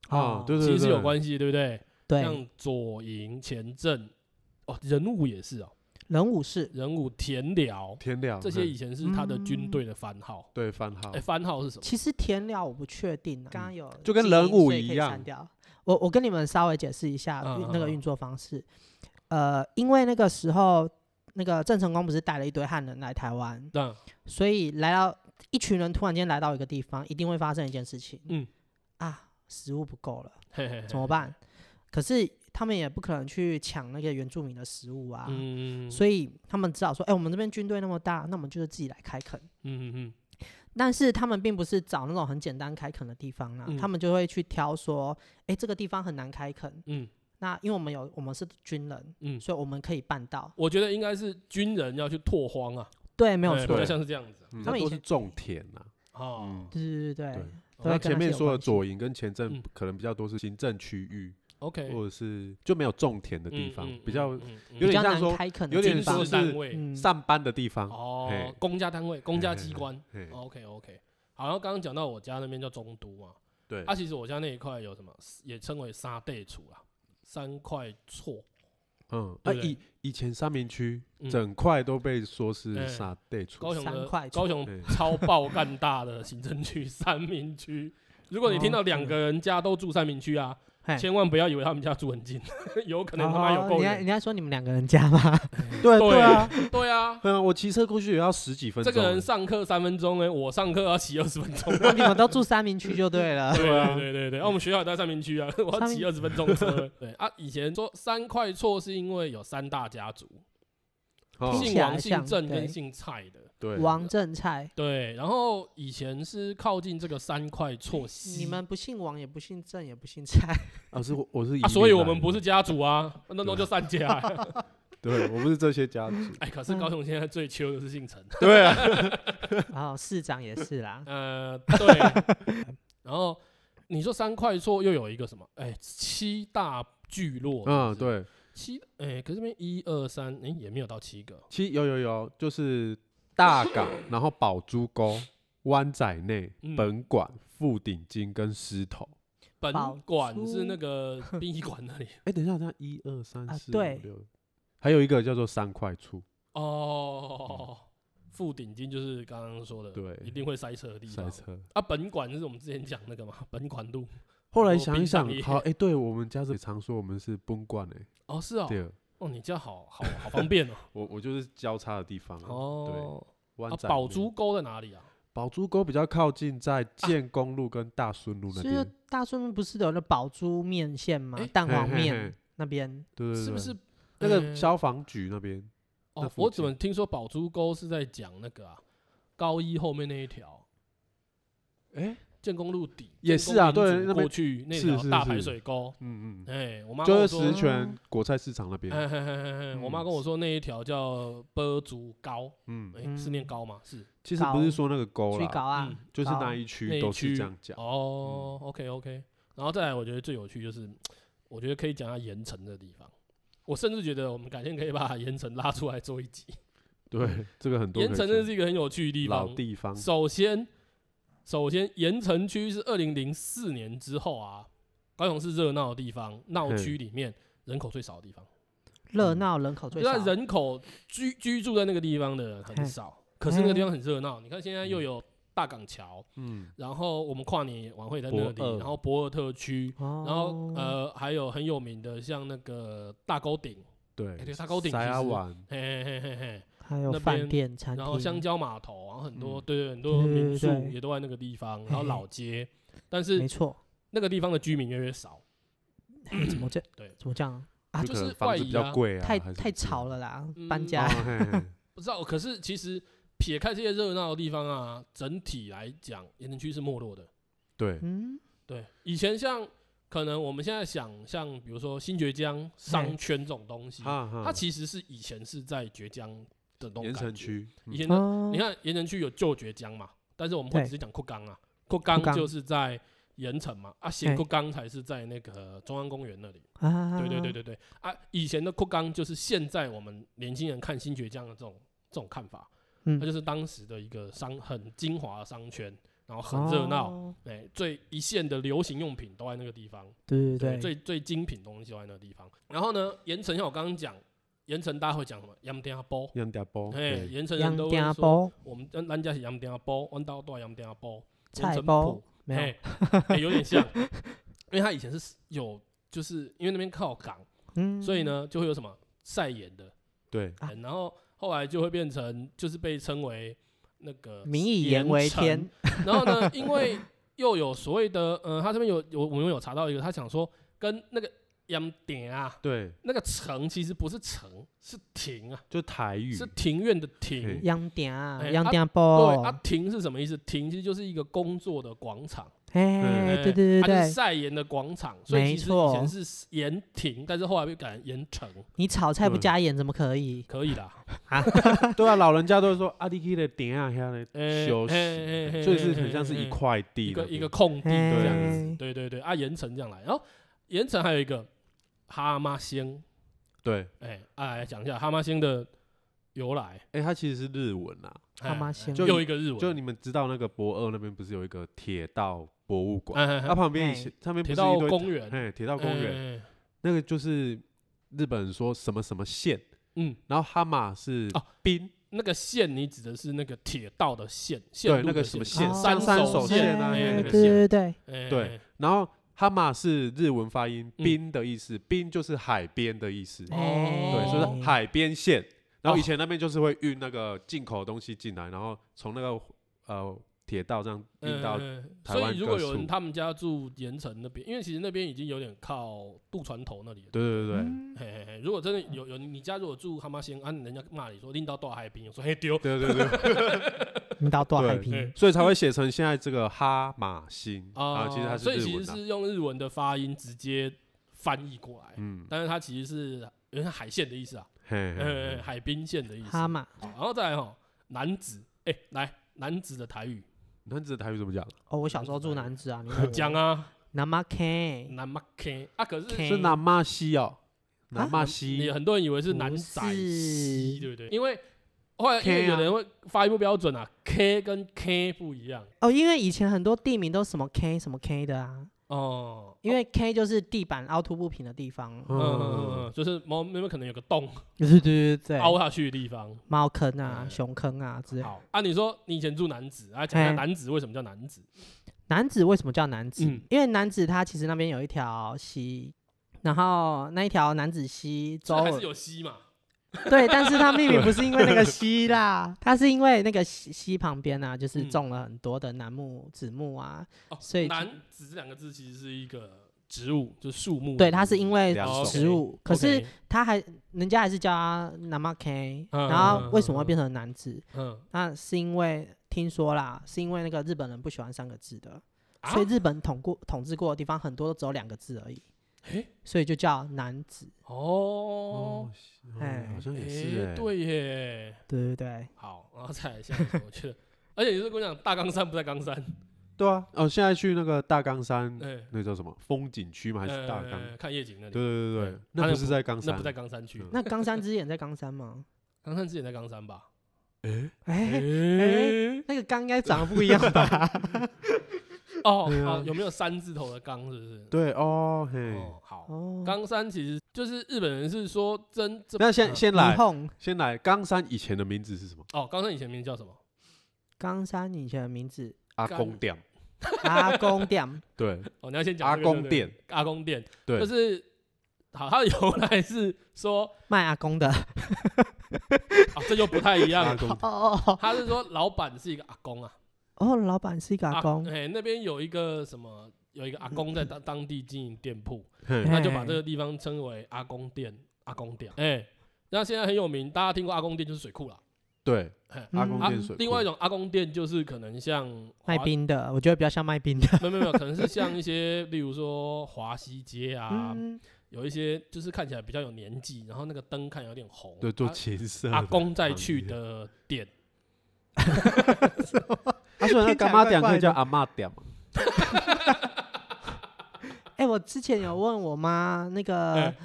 C: 哦，对对
B: 其
C: 对，
B: 实是有
C: 对，
B: 关系，对不对？
A: 对，
B: 像左营、前镇，哦，人物也是哦，
A: 人武士
B: 人物田寮
C: 田寮
B: 这些
C: 嘿
B: 以前是他的军队的番号。
C: 对番号
B: 哎，，番号是什么？
A: 其实田寮我不确定啊，刚刚有
C: 就跟
A: 记
C: 人
A: 忆
C: 武
A: 所以可以
C: 一样
A: 删掉。我我跟你们稍微解释一下
B: 嗯
A: 运
B: 嗯
A: 那个
B: 嗯
A: 运作方式。呃，因为那个时候那个郑成功不是带了一堆汉人来台湾，
B: 那
A: 所以来到一群人突然间来到一个地方，一定会发生一件事情。
B: 嗯
A: 啊，食物不够了，
B: 嘿嘿嘿
A: 怎么办？可是他们也不可能去抢那个原住民的食物啊，
B: 嗯，
A: 所以他们只好说：“哎、我们这边军队那么大，那我们就是自己来开垦。
B: 嗯嗯嗯”，
A: 但是他们并不是找那种很简单开垦的地方啦，
B: 嗯
A: 他们就会去挑说，哎，这个地方很难开垦。
B: 嗯
A: 那因为我们有我们是军人，
B: 嗯，
A: 所以我们可以办到。 [laughs]
B: 我觉得应该是军人要去拓荒啊，
A: 对，没有
B: 哎
A: 错
B: 比较
C: 对。
B: 像是这样子啊
A: 他们以
C: 嗯都
A: 前
C: 是种田呐。
B: 哦
C: 嗯，
A: 对对对对
C: 对，
A: 都会
C: 哦那
A: 跟
C: 前
A: 那些
C: 面
A: 有
C: 说的
A: 关系
C: 左营跟前镇
B: 嗯
C: 可能比较多是行政区域，
B: ，OK，
C: 或者是就没有种田的地方
B: 嗯，
C: 比较
B: 嗯嗯嗯
C: 有
A: 比
C: 点
A: 较
C: 像
A: 难
C: 说
A: 开垦的
C: 有
A: 地
C: 点
B: 军
A: 方
C: 像
B: 事
C: 是
B: 单位
A: 嗯，
C: 上班的地方。
B: 哦
C: 嘿，
B: 公家单位、公家机关
C: 嘿
B: ，OK OK。好，然后刚刚讲到我家那边叫中都嘛，
C: 对
B: 啊，其实我家那一块有什么，也称为沙地处啦，三块厝，
C: 嗯，啊
B: 对不对
C: 以以前三明区
B: 嗯
C: 整块都被说
B: 哎
C: 是沙地处，
B: 高雄
A: 三
B: 的
A: 块厝
B: 高雄
C: 对
B: 超爆干大的行政区三民
A: [laughs]
B: 区。如果你听到两个人家都住三民区啊，
A: 嘿
B: 千万不要以为他们家住很近， [laughs] 有可能他妈有
A: 哦
B: 够
A: 你还
B: 远。
A: 你还说你们两个人家吗？
B: [laughs]
C: 对对啊，
B: 对啊，
C: 对啊，我骑车过去也要十几分
B: 这
C: 钟。欸
B: 个人上课三分钟哎，我上课要骑二十分
C: [laughs]
B: 钟。
A: 那你们都住三明区就对了。
B: 对对对对对，啊，我们学校也在三明区啊， [laughs] 我要
A: 三明
B: 骑二十
A: [laughs]
B: 分钟车。对啊，以前说三块厝是因为有三大家族，
C: 哦
A: 听起
B: 姓
A: 来
B: 王、姓
A: 像
B: 郑跟
A: 对
B: 姓蔡的。
C: 对，
A: 王正菜，
B: 对，然后以前是靠近这个三块厝西，
A: 你们不姓王，也不姓郑，也不姓
B: [laughs]
A: 蔡，
C: 啊，是我我是移
B: 啊，所以
C: 民
B: 我
C: 来
B: 们
C: 的
B: 不是家族啊，那时候就散家啊。
C: [laughs] 对，我不是这些家
B: [laughs]
C: 族。
B: 哎，可是高雄现在最秋的是姓陈，。
C: 对啊，
A: 然后市长也是啦
B: 呃，对。
C: [laughs]
B: 然后你说三块厝又有一个什么？哎，七大聚落，
C: 嗯，
B: 是不是，
C: 对，
B: 七，哎，可是这边一二三，哎，也没有到七个，
C: 其实有有有，就是大港，然后宝珠沟、湾仔内
B: 嗯、
C: 本馆、富鼎金跟狮头。
B: 本
A: 宝
B: 馆
A: 珠
B: 是那个殡仪馆
C: [laughs]
B: 那里。
C: 哎，等一下，等一下，一二三
A: 啊
C: 四
A: 对
C: 五六，还有一个叫做三块处，
B: 哦，富顶金就是刚刚说的，
C: 对哦
B: 一定会塞车的地
C: 塞
B: 方。
C: 车。
B: 啊，本馆是我们之前讲那个嘛，本馆路。
C: 后来
B: 哦
C: 想
B: 冰
C: 一想
B: 上也，
C: 好，哎，对我们家是常说我们是崩冠哎，
B: 哦，是哦，
C: 对，
B: 哦，你家好好好方便
C: [laughs]
B: 哦。
C: 我我就是交叉的地方啊。
B: 哦，
C: 湾
B: 啊，
C: 仔
B: 宝
C: 内
B: 珠沟在哪里啊？
C: 宝珠沟比较靠近在建工路跟大顺路那
A: 所以
C: 边，
A: 大顺面不是有那宝珠面线吗
B: 哎？
A: 蛋黄
C: 嘿嘿
A: 面
C: 嘿
A: 那边
C: 对对对，
B: 是不是
C: 那个
B: 呃
C: 消防局那边？
B: 哦
C: 那，
B: 我
C: 附
B: 怎么听说宝珠沟是在讲那个啊，高一后面那一条
C: 哎，
B: 建工路底，
C: 也
B: 建
C: 是啊
B: 工民
C: 对
B: 族
C: 那边
B: 过去那
C: 是
B: 条
C: 是
B: 大
C: 是
B: 排水沟，
C: 嗯嗯，
B: 哎，我妈跟
C: 就
B: 我
C: 是
B: 说
C: 石
A: 说
C: 泉国菜市场那边。
B: 哎嘿嘿嘿嘿我妈
C: 嗯
B: 跟我说那一条叫波竹高，
C: 嗯，
B: 哎，是念高吗？是
C: 其实不是说那个沟
A: 最高
C: 啦，
A: 啊
B: 嗯，
C: 就是
A: 高
C: 那一
B: 那
C: 区
B: 一
C: 都是
B: 区
C: 这样讲。
B: 哦，OK
C: 嗯
B: OK，然后再来，我觉得最有趣就是，我觉得可以讲下盐城的地方。我甚至觉得我们改天可以把盐城拉出来做一集。
C: 对，这个很多
B: 盐
C: 可以
B: 城真的
C: 讲
B: 是一个很有趣的地
C: 老
B: 方。
C: 地方，
B: 首先，首先盐城区是二零零四年之后啊，高雄市热闹的地方，闹区里面人口最少的地方，
A: 热闹人口最
B: 就是它
A: 少。
B: 嗯人口居居住在那个地方的人很
A: 嘿
B: 少，
C: 嗯
B: 可是那个地方很热闹。你看现在又有大港桥，
C: 嗯，
B: 然后我们跨年晚会在那
C: 博
B: 里，
C: 尔
B: 然后博尔特区，
A: 哦
B: 然后呃，还有很有名的，像那个大沟顶，
C: 对
B: 哎，对，大沟顶其
C: 塞阿
B: 实，
C: 湾，
B: 嘿嘿嘿嘿，
A: 还有
B: 那
A: 饭
B: 边
A: 店、餐
B: 然后香
A: 厅，
B: 蕉码头，然后很多
C: 嗯
B: 对对，很多
A: 对对
B: 民宿
A: 对
B: 也都在那个地
A: [laughs]
B: 方，然后
A: 嘿嘿
B: 老街，但
A: 没
B: 是
A: 错。
B: 那个地方的居民越来越少，
A: 嘿 [coughs] 怎么这？
B: 嗯对
A: 怎么这样？啊
B: 就
C: 可
B: 是
C: 能房
B: 外
C: 子
B: 移
C: 比
B: 啊
C: 较贵啊，
A: 太
C: 还是
A: 太
C: 不是
A: 吵了啦，搬
B: 嗯
A: 家。
C: 哦嘿嘿
B: 不知道。可是其实撇开这些热闹的地方啊，整体来讲，盐城区是没落的。
C: 对，
A: 嗯，
B: 对，以前像可能我们现在想像比如说新爵江商圈这种东
A: 啊
B: 西，
C: 哈哈
B: [laughs] 它其实是以前是在爵江的东
C: 盐城，区，嗯
B: 以前的
A: 哦
B: 你，看盐城区有旧爵江嘛，但是我们会
A: 对
B: 只是讲库冈啊，库
A: 库冈
B: 冈就是在盐城嘛，啊，新
A: 嘿
B: 库冈才是在那个中央公园那里。
A: 啊，
B: 对对对，对对，啊，以前的库冈就是现在我们年轻人看新爵江的这种这种看法，
A: 嗯
B: 它就是当时的一个商很精华的商圈，然后很热闹，
A: 哦。
B: 哎，最一线的流行用品都在那个地方，
A: 对对对，
B: 最最精品东西都在那个地方。然后呢，盐城像我刚刚讲，盐城大家会讲什么？盐田阿波，
C: 杨家包，
B: 哎，
C: 对
B: 盐城人
A: 羊
B: 都
A: 嗲
B: 会说。
A: 包、
B: 我们咱咱家是盐埕包，阮兜住盐埕啊包，盐
A: 菜
B: 城
A: 包
B: 埔，
A: 没有
B: 嘿，嘿有点像，因为它以前是有，就是因为那边靠港，
A: 嗯，
B: 所以呢就会有什么晒盐的，
C: 对，
A: 啊
B: 嗯然后后来就会变成就是被称为那个
A: 民以言为
B: 城
A: 天，
B: 然后呢，因为又有所谓的，呃，他这边有有我们有查到一个，他讲说跟那个盐埕啊，
C: 对，
B: 那个城其实不是城，是庭啊，
C: 就台语
B: 是庭院的庭
C: 嘿。
A: 杨鼎，
B: 哎
A: 杨
B: 啊
A: 鼎
B: 对
A: 波
B: 啊，，庭是什么意思？庭其实就是一个工作的广场，
A: 哎，
B: 哎
A: 对对对
B: 它就是
A: 对，
B: 晒盐的广场，所
A: 没
B: 以其实
A: 错
B: 以前是盐亭，但是后来被改成盐城，
A: 你炒菜不
C: 嗯
A: 加盐怎么可以？
B: 可以啦。
C: 对啊，老人家都会说阿弟去的点啊，下来
B: 哎
C: 休息，
B: 嘿嘿嘿
C: 所以是很像是
B: 嘿嘿嘿
C: 一块 [laughs] 地
B: 一个
C: 那
B: 一
C: 边
B: 个空地这样子。
A: 哎，
B: 对对对，啊，盐城这样来，然后盐城还有一个哈妈星，
C: 对，
B: 哎，啊来讲一下哈妈星的由来。
C: 哎，它其实是日文啊，
B: 哎
A: 哈妈
B: 哎
A: 星
C: 就
B: 又一个日文，
C: 就你们知道那个博二那边不是有一个铁道博物馆？
B: 哎哎哎
C: 它旁边以
A: 嘿
C: 前上面啊不
B: 铁
C: 是一
B: 道
C: 堆
B: 公园，
C: 嘿，铁道公园
B: 哎，哎哎
C: 那个就是日本人说什么什么线，
B: 嗯，
C: 然后哈马是
B: 哦
C: 滨，
B: 那个线你指的是那个铁道的线，线
C: 对
B: 路
C: 那
B: 的
C: 个什么
A: 线
B: 哦
A: 山
C: 山
B: 手
C: 手
B: 线
C: 线啊
B: 哎
A: 哎
B: 那
A: 对
B: 个
A: 对
B: 线
A: 对对，
B: 哎
C: 对
B: 哎
C: 然后哈马是日文发音
B: 嗯
C: 滨的意思，滨就是海边的意思，
B: 哦
C: 对，所以
A: 哎
C: 是海边线。然后以
B: 哦
C: 前那边就是会运那个进口的东西进来，然后从那个呃铁道这样运到，
B: 嗯嗯
C: 台
B: 所
C: 湾
B: 以如果
C: 各
B: 有人
C: 处
B: 他们家住盐城那边，因为其实那边已经有点靠渡船头那里了。
C: [laughs] 对对对
B: 嘿嘿嘿，如果真的有有你家如果住他妈先，啊，人家骂你说拎到多少海滨，我说嘿丢，
C: 对对对对，
A: 你到多少海
C: 对
A: 平？
B: 哎
C: 所以才会写成现在这个哈马星 [laughs] 啊，其实它是
B: 哦所以
C: 日
B: 其实
C: 文啊，
B: 是用日文的发音直接翻译过来，
C: 嗯，
B: 但是它其实是有点像海线的意思啊，
C: [laughs] 嘿嘿
B: 呃，
C: 嘿，
B: 海滨线的意思。
A: 哈
B: 好，
A: 马
B: 然后再来哈，男子，哎，来男子的台语
C: 那这台语怎么讲？
A: 哦，我小时候住南子啊，你
C: 嗯
A: 问我
B: 讲啊，
A: 南马 K
B: 南马 K 啊，可是
A: 嘿
C: 是南马西哦，南马
B: 你
C: 西，
B: 很多人以为是男
A: 不
B: 仔
A: 是
B: 西，对不对？因为后来因为
C: K 啊
B: 有人会发音不标准啊，K 跟 K 不一样
A: 哦，因为以前很多地名都什么 K 什么 K 的啊，
B: 哦，
A: 因为 K 就是地板凹凸不平的地方，
B: 嗯嗯
C: 嗯
B: 嗯嗯，就是某那边可能有个洞
A: 对对对对
B: 凹下去的地方。
A: 猫坑啊、
B: 嗯
A: 熊坑啊之类的。
B: 好啊，你说你以前住南子啊，讲一下
A: 嘿
B: 南子为什么叫南子？
A: 南子为什么叫南子？
B: 嗯
A: 因为南子它其实那边有一条溪，然后那一条南子溪周
B: 这还是
A: 围
B: 有溪嘛？
A: 对，但是它命名不是因为那个溪啦，它是因为那个溪溪旁边啊，就是
B: 嗯
A: 种了很多的楠木、子木啊，
B: 哦，
A: 所以
B: 南子这两个字其实是一个植物，就是树木。哦
A: 对，它是因为
C: 两种
A: 植物，可
B: OK，
A: 是它还人家还是叫它南马 K，
B: 嗯
A: 然后为什么会变成南子？
B: 嗯，
A: 那是因为听说啦，是因为那个日本人不喜欢三个字的，
B: 啊
A: 所以日本统过统治过的地方很多都只有两个字而已，
B: 诶
A: 所以就叫南子。
B: 哦，，
A: 哎
C: 好像也是
B: 诶
C: 哎，
B: 对耶，
A: 对对对，
B: 好，然后再来一下一个，我觉得， [laughs] 而且你是跟我讲大冈山不在冈山，
C: 对啊，哦，现在去那个大冈山，
B: 哎，
C: 那叫什么风景区嗯吗？还是大冈？
B: 呃看夜景那里，
C: 对对对
B: 对
C: 对，那
B: 它
C: 不
B: 那
C: 是
B: 不
C: 在冈
B: 哎那
C: 山，嗯
B: 不在冈山区，
A: 那冈山之眼在冈山吗？
B: 冈山之前在冈山吧？
A: 哎、
C: 哎
B: 诶
A: 那个冈应该长得不一样吧？
B: 哦，
C: 对啊
B: 好，有没有三字头的冈？是不是？
C: 对哦，嘿，
B: 哦，好，
A: 哦，
B: 冈山其实就是日本人是说真这
C: 那先
B: 嗯
C: 先
A: 你
C: 来
A: 碰
C: 先来冈山以前的名字是什么？
B: 哦，冈山以前名字叫什么？
A: 冈山以前的名字
C: 阿
B: 冈
C: 公店，
A: 阿公店，
C: 对，
B: 哦，你要 [laughs] 先讲
C: 阿
B: 这个对
C: 公
B: 不对
C: 店，
B: 阿公店，
C: 对
B: 就，是好，它的由来是说，
A: 卖阿公的。
B: 啊，这就不太一样
C: 阿
B: 了。
C: 公
A: 哦哦哦
B: 他是说老板是一个阿公啊，
A: 哦，哦老板是一个阿公，嗯
B: 哎，那边有一个什么，有一个阿公在当当地经营店铺，
C: 嘿
B: 那就把这个地方称为阿公店，阿公店，哎，那现在很有名，大家听过阿公店就是水库啦。
C: 对，
B: 嘿
A: 嗯
C: 阿公
B: 啊
C: 店水库。
B: 另外一种阿公店就是可能像
A: 卖
B: 华，
A: 冰的，我觉得比较像卖冰的。
B: 没有没有没有，可能是像一些，例如说华西街啊，
A: 嗯，
B: 有一些就是看起来比较有年纪，然后那个灯看起来有点红，
C: 对，做
B: 啊
C: 琴色的
B: 阿公再去，的店，
C: 他说
A: 听
C: 那
A: 起来
C: 干妈
A: 怪
C: 店
A: 怪
C: 可以叫
A: 的
C: 阿妈店嘛？
A: 哎、我之前有问我妈那个、
B: 哎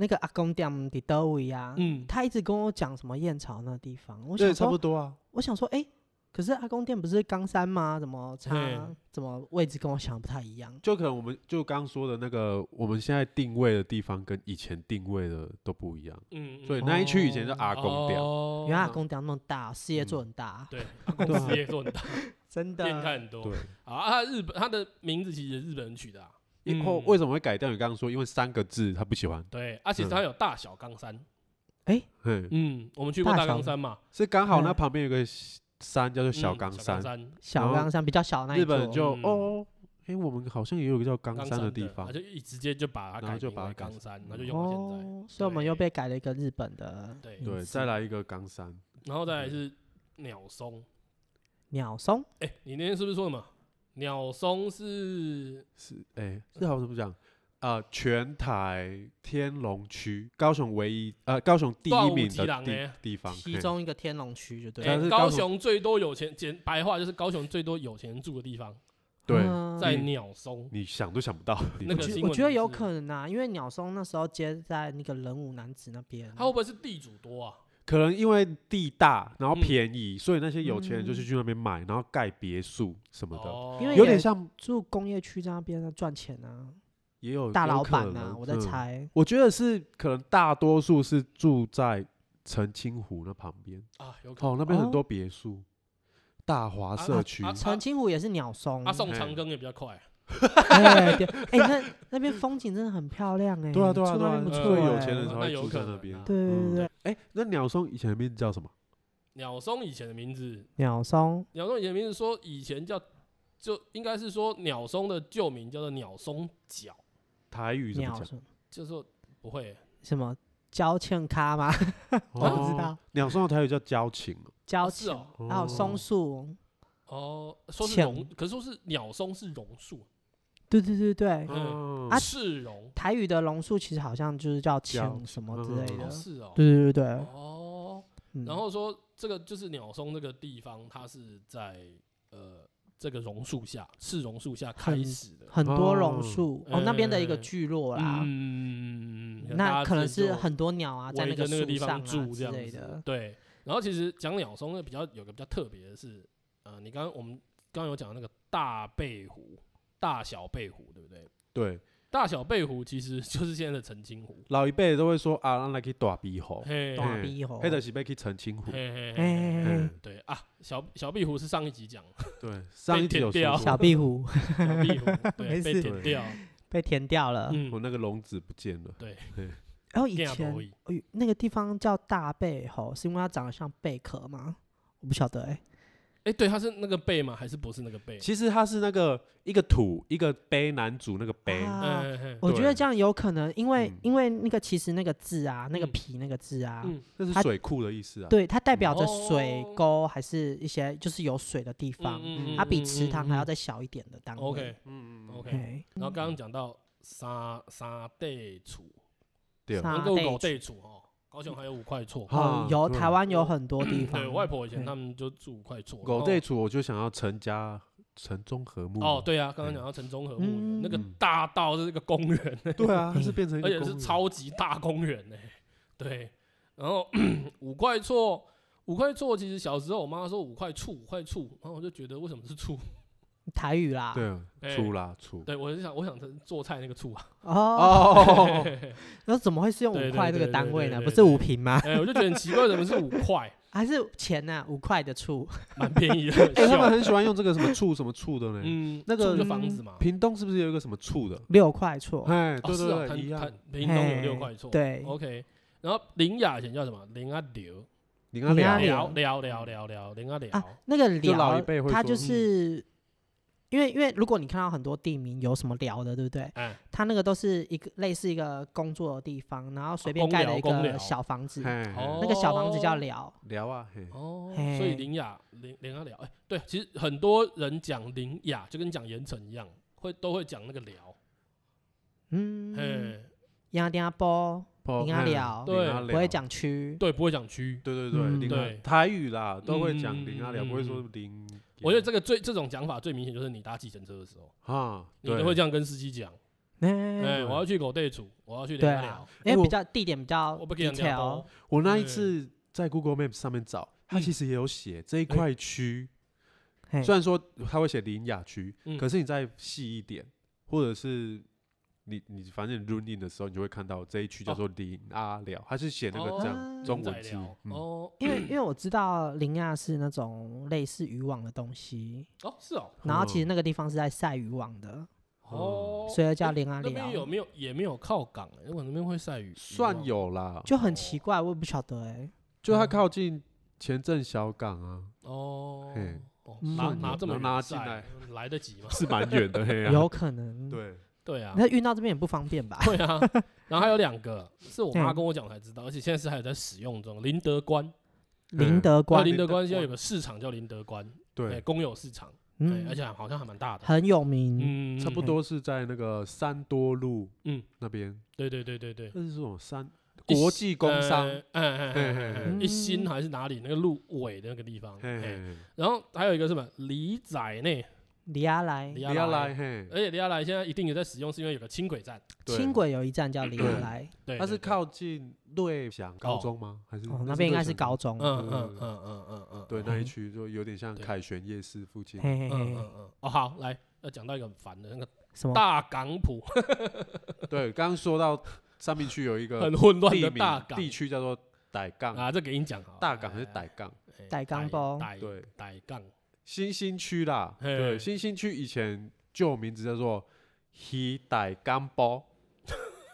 A: 那个阿公店伫倒位啊，
B: 嗯，
A: 她一直跟我讲什么燕巢那地方，我
C: 对，
A: 想
C: 差不
A: 说，
C: 多啊。
A: 我想说，哎、可是阿公店不是冈山吗？怎么差
B: 嘿？
A: 怎么位置跟我想的不太一样？
C: 就可能我们就刚说的那个，我们现在定位的地方跟以前定位的都不一样，
B: 嗯，
C: 所以
B: 嗯
C: 那一区以前叫阿公店。
B: 哦
A: 原来阿公店那么大，事业做很大，
B: 对阿公
C: 啊
B: 事 [laughs] 业做很大，
A: 真
B: 变态
A: 的。
B: 啊很多
C: 对。，
B: 好啊，他日本他的名字其实也是日本人取的啊，
C: 以后
B: 嗯
C: 为什么会改掉？你刚刚说，因为三个字他不喜欢，
B: 对，而且他有大小冈山，
C: 嘿，
B: 嗯，我们去过
A: 大
B: 大
A: 小
B: 冈山嘛，
C: 是刚好那
A: 嗯
C: 旁边有个山叫做
B: 嗯
C: 小冈
B: 小冈
C: 山，
B: 山，
A: 小
C: 然
A: 嗯
C: 后
A: 冈山比较小那一
C: 日
A: 座
C: 本人就
B: 嗯
C: 哦，哎，我们好像也有一个叫冈
B: 冈
C: 山
B: 的
C: 地方
B: 他，就一直接就把它
C: 然后
B: 改
C: 就
B: 名
C: 把它
B: 为
C: 改
B: 冈
C: 成
B: 山，然后
C: 嗯
B: 就用到现在。
A: 哦，所以我们又被改了一个日本的
B: 对
A: 名
C: 对，
A: 字
C: 再来一个冈山，
B: 然后再来是鸟松，
A: 鸟松
B: 哎、你那天是不是说什么？鸟松是
C: 是哎，这好像怎么讲？啊，全台天龙区，高雄唯一呃，高雄第
B: 段
C: 一
B: 武
C: 名
B: 吉
C: 的
B: 郎欸
C: 地
B: 呢
C: 地方，
A: 其
C: 嘿
A: 中一个天龙区，就对
C: 但
A: 了。
B: 哎
C: 是
B: 高
C: 高雄
B: 雄最多有钱，简白话就是高雄最多有钱人住的地方，
C: 对，
A: 嗯
B: 在
C: 嗯
B: 鸟松。
C: 你想都想不到， [laughs]
B: 那
A: 我
B: 个
A: 觉
B: 新
A: 我
B: 闻
A: 觉得
B: 是
A: 有可能啊，因为鸟松那时候接在那个人武男子那边，
B: 他会不会是地主多啊？
C: 可能因为地大，然后
B: 嗯
C: 便宜，所以那些有钱人就是
A: 嗯
C: 去那边买，然后盖别墅什么的，
B: 哦，
A: 因为
C: 有
A: 也
C: 点像
A: 住工业区在那边啊赚钱啊，
C: 也有
A: 大
C: 有
A: 老
C: 可
A: 板啊，
C: 能
A: 我在
C: 嗯
A: 猜。
C: 我觉得是可能大多数是住在澄清湖那旁边，
B: 啊，有可能。
C: 哦，那边
A: 哦
C: 很多别墅，大华社区
B: 啊
A: 澄清湖也是鸟松，
B: 他啊送
C: 嘿
B: 长庚也比较快，啊
A: 哎，对哎，那那边风景真的很漂亮哎，
C: 对啊对啊
A: 住
C: 对
A: 那
C: 啊
A: 边不
B: 呃
A: 错
C: 所以有
A: 哎
C: 钱人才
B: 那
C: 会
B: 有
C: 住
B: 可
C: 在那
B: 能
C: 边
B: 啊。
A: 对对
C: 嗯
A: 对，
C: 哎，那鸟松以前的名字叫什么？
B: 鸟松以前的名字，
A: 鸟松
B: 鸟松以前的名字说以前叫，就应该是说鸟松的旧名叫做鸟松角，
C: 台语怎么
A: 鸟
C: 讲？
A: 松
B: 就是说不会
A: 什么交欠咖吗？ [laughs]
C: 我
A: 哦我不知道。
C: 鸟松的台语叫交情哦
A: 交
B: 哦是
A: 欠
B: 哦，
A: 还有松树，
B: 哦，说是
A: 抢
B: 榕，可是说是鸟松是榕树，
A: 对对对对，
C: 哦
A: 啊
B: 是榕，
A: 台语的榕树其实好像就是叫
C: 交
A: 欠什么之类
C: 嗯
A: 的
B: 哦，是哦，
A: 对对对对，
B: 哦，
A: 嗯
B: 然后说这个就是鸟松这个地方，它是在呃这个榕树下，赤榕树下开
A: 很
B: 始的，
A: 很多榕
C: 哦
A: 树哦，那边的一个
B: 哎
A: 聚落啦，
B: 嗯，
A: 那
B: 大家
A: 可能
B: 之前
A: 是
B: 就
A: 很多鸟啊，在
B: 围
A: 那个
B: 着那个
A: 树
B: 地
A: 上
B: 方
A: 啊
B: 住这
A: 之
B: 样
A: 类
B: 子
A: 的。。
B: 对，然后其实讲鸟松呢，比较有个比较特别的是，呃，你刚刚我们刚刚有讲那个大背湖、大小背湖，对不对？
C: 对，
B: 大小背湖其实 [laughs] 就是现在的澄清湖，
C: 老一辈都会说啊，让来去大鼻吼，
B: 嘿，
A: 大
B: 嘿
C: 嘿
A: 鼻吼
C: 嘿，就是要去澄清湖。
B: 嘿嘿嘿，
A: 哎，
C: 嗯，
B: 对啊，小小壁湖是上一集讲的
C: 对，上一集
B: 舔
C: 有
B: 掉
C: 说
A: 小
C: 过
A: 壁虎
B: 小壁湖，对，
A: 没
B: 被
A: 事啊
B: 舔掉，
A: [laughs] 被填掉了。
C: 我
B: 嗯，
C: 哦那个笼子不见了。
A: 然后以
B: 变
A: 前
B: 不会，
A: 哎呦那个地方叫大贝吼，是因为它长得像贝壳吗？我不晓得哎。
B: 哎，对，它是那个背吗？还是不是那个背？
C: 其实它是那个一个土一个杯男主那个杯，
A: 啊，
B: 嗯，嘿嘿
A: 我觉得
C: 对
A: 这样有可能，因为
C: 嗯
A: 因为那个其实那个字啊，那个
B: 嗯
A: 皮那个字啊，
B: 嗯，
C: 那是
A: 它
C: 水库的意思啊。
A: 对，它代表着水
B: 哦
A: 沟还是一些就是有水的地方，
B: 嗯
A: 它
B: 嗯
A: 比
B: 嗯
A: 池
B: 嗯
A: 塘还要
B: 嗯
A: 再小一点的单位。
B: OK
C: 嗯，嗯嗯
B: OK，
A: 嘿
B: 然后刚刚讲到沙沙地处，
C: 对
A: 沙
B: 能够
A: 地
B: 搞
A: 处
B: 地处哦，高雄还有五块厝。
A: 哦
C: 啊，
A: 有
C: 对
A: 台湾有很多地方。
C: 嗯
B: 对，我外婆以前
A: 对
B: 他们就住五块厝。
C: 狗
B: 然
C: 对
B: 后
C: 处，我就想要陈家陈中和睦。
B: 哦，对啊，刚刚讲到城中和公园，那个
C: 嗯
B: 大道是一个公园，
C: 对 [laughs] 啊，它是变成一个
B: 而且
C: 公
B: 是
C: 园
B: 超级大公园呢。对，然后 [clears throat] 五块厝，五块厝其实小时候我妈说五块厝，五块厝，然后我就觉得为什么是厝？
A: [clears throat]
B: [laughs]
A: 台语啦。
C: 对啊
B: 哎
C: 处啦处。
B: 对我是想我想成做菜那个醋啊。
A: 哦，
C: 哦，
A: [laughs] 那怎么会是用
B: 对
A: 五
B: 对
A: 块这
B: 对
A: 个
B: 对
A: 单
B: 对
A: 位呢？
B: 对
A: 不
B: 对
A: 是五
B: 对
A: 平吗？
B: 哎，我就觉得很奇怪，怎么是五块？ [laughs]
A: 还是钱呐？五块的醋？
B: 蛮便宜的，很
C: 哎，他
B: 小
C: 们很喜欢用这个什么处什么处的呢？
B: 嗯，
C: 那个
B: 厝就房子嘛。
C: 屏东是不是有一个什么处的？
A: 六块
B: [laughs]
A: 醋，
C: 哎，
B: 哦，
C: 对
B: 是啊，
C: 对
B: 它
C: 对，一
B: 它
C: 样。
B: 屏东有
A: 嘿
B: 六块哦厝，
A: 对
B: ，OK。然后林雅以前叫什么？林阿刘，
C: 你刚
A: 林阿
C: 聊啊
A: 阿
B: 聊
A: 寮
B: 聊聊聊聊，林阿
A: 啊
B: 聊，，
A: 那个
C: 就老
A: 寮
C: 一辈，会
A: 它
C: 说
A: 就
C: 嗯
A: 是因为因为如果你看到很多地名有什么寮的，对不对？
B: 哎，
A: 它那个都是一个类似一个工作的地方，然后随
B: 啊
A: 便
B: 公
A: 盖
B: 寮
A: 了一
B: 公
A: 个
B: 寮
A: 小房子，
C: 哎，
B: 哦
A: 那个小房子叫寮。
C: 聊啊，嘿，
B: 哦，所
A: 嘿
B: 以林雅林林阿聊，哎，对，其实很多人讲林雅就跟讲盐城一样，会都会讲那个聊，
A: 嗯，
B: 哎，
A: 亚丁波林阿寮
B: 对
A: 不会，讲区，
B: 对，不会讲区。
C: 对对对，
A: 嗯
C: 林
B: 对
C: 阿台语啦都会讲
B: 嗯
C: 林阿寮，不会说林。
B: 我觉得这个最这种讲法最明显就是你搭计程车的时候，
C: 啊，
B: 你都会这样跟司机讲，
A: 哎
B: 哎，我要去狗地处，我要去林
A: 对
B: 阿
A: 啊
B: 聊，，
A: 因为
C: 我
A: 比较地点比较
B: 我不给人家
A: detail
B: 包。
C: 我那一
B: 对
C: 次在 Google Map 上面找，它
B: 嗯
C: 其实也有写这一
B: 哎
C: 块区，
A: 嘿
C: 虽然说它会写林雅区，
B: 嗯
C: 可是你再细一点，或者是你你反正你 run in 的时候，你就会看到这一
B: 哦
C: 区叫做林阿寮，它是写那个
A: 哦
C: 这样中
B: 在
C: 文字
B: 聊，
C: 嗯
B: 哦
A: 因为因为我知道林亚是那种类似渔网的东西，
B: 哦是哦
A: 然后其实
C: 嗯
A: 那个地方是在晒渔网的，
B: 哦，
A: 所以叫林阿
B: 那边有
A: 寮，
B: 没有也没有靠港、欸？如果那边会晒雨，
C: 算
B: 雨
C: 有啦，
A: 就很奇
B: 嗯
A: 怪，我也不晓得哎、
B: [laughs]
C: 就它靠近前镇小港啊，
B: 吗哦
C: 嘿。
B: 哦，
A: 嗯
B: 拿
A: 算
B: 拿
C: 有
B: 这么远
C: 能拿
B: 塞
C: 进来
B: 来得及吗？
C: 是蛮远的，嘿啊，
A: 有可能。，
C: 对，
B: [laughs] 对啊，
A: 那运到这边也不方便吧？
B: 对 [laughs] 啊。然后还有两个是我妈
A: 嗯
B: 跟我讲才知道，而且现在是还有在使用中。林德关，
A: 林德
B: 那
A: 关，
B: 林德
C: 林德
B: 关现在有
C: 关
B: 个市场叫林德关，哎，
C: 对，
B: 公有市场，对，而
A: 嗯，
B: 且好像还蛮大的，
A: 很有名。
B: 嗯，
C: 差不多是在那个三多路，
B: 嗯
C: 嗯，那边，
B: 对对对对对，
C: 那是什么三
B: 一
C: 国
B: 心
C: 际工商，
B: 呃哎哎哎哎哎
A: 嗯
B: 一心还是哪里那个路尾的那个地方，
C: 嘿
B: 哎
C: 嘿，
B: 然后还有一个什么李仔内，
A: 里亚莱
B: 里
C: 你
B: 亚
C: 要
B: 来呃
C: 来，嘿，
B: 而且李亚来现在一定有在使用，是因为有个轻轨站，
C: 对
A: 轻轨有一站叫里亚
C: 对
A: 莱，
B: 对，
C: 它是
B: 对对
C: 靠近瑞祥高中吗？还是
A: 哦，那边应该是
C: 瑞祥
A: 高中。
B: 嗯
C: 对
B: 嗯
C: 对
B: 嗯嗯嗯嗯，
C: 对，
B: 嗯
C: 那一区就有点像
B: 对
C: 凯旋夜市附近。
A: 嘿嘿
B: 嗯嗯
A: 嘿，
B: 嗯嗯，哦好，来要讲到一个很烦的那个
A: 什么？
B: 大港埔，
C: 对，刚刚说到三明区有一 [laughs] 个
B: 很混乱
C: 地
B: 的
C: 名
B: 大港
C: 地区叫做傣港，
B: 啊，这给你讲好了，
C: 大港还是
B: 哎
C: 傣港？
A: 傣
B: 哎
A: 港包
B: 傣
C: 对
B: 傣港，
C: 新兴区啦，
B: 嘿
C: 对，新兴区以前旧名字叫做西傣港包，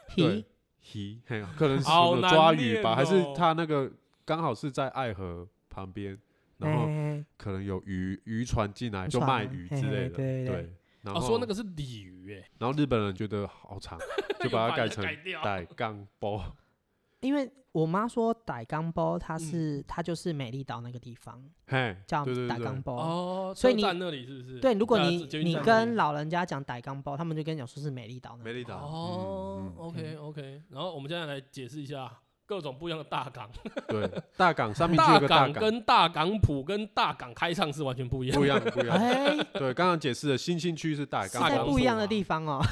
A: 皮
C: 对西，嘿，可能是
B: 好
C: 有
B: 难
C: 抓鱼
B: 念哦
C: 吧，还是它那个刚好是在爱河旁边，然后
A: 嘿
C: 可能有鱼渔船进来
A: 渔
C: 就
A: 船
C: 卖
A: 啊
C: 鱼
A: 嘿
C: 之
A: 嘿
C: 类的，
A: 对对对
C: 对。然
B: 哦
C: 后
B: 说那个是鲤鱼，哎，
C: 然后日本人觉得好
B: [laughs]
C: 长，就把它
B: 又
C: 改
B: 它
C: 成
B: 改掉
C: 傣港包。 [laughs]
A: 因为我妈说傣钢包，它
B: 嗯
A: 是它就是美丽岛那个地方
C: 嘿，
A: 叫
C: 对对
A: 傣
C: 对
A: 钢包。
B: 哦，
A: 所以
B: 车
A: 你
B: 站那里是不是？
A: 对，如果
B: 啊
A: 你
B: 捷运
A: 你
B: 站那里
A: 跟老人家讲傣钢包，他们就跟你讲说是美丽岛那
C: 美
A: 里。
C: 丽岛。
B: 哦
C: 嗯嗯
B: ，OK OK，然后我们现在来解释一下各种不一样的大
C: [laughs]
B: 港，
C: 嗯对，大港三明区
B: 大
C: 有个大
B: 港
C: 港，
B: 跟大港埔跟大港开唱是完全不一样
C: 不一样不一样。 [laughs]
A: 哎，
C: 对，刚刚解释的新兴区是大
A: 是
C: 港，
A: 在
B: 港
A: 不一
B: 府
A: 样的
B: 啊
A: 地方哦。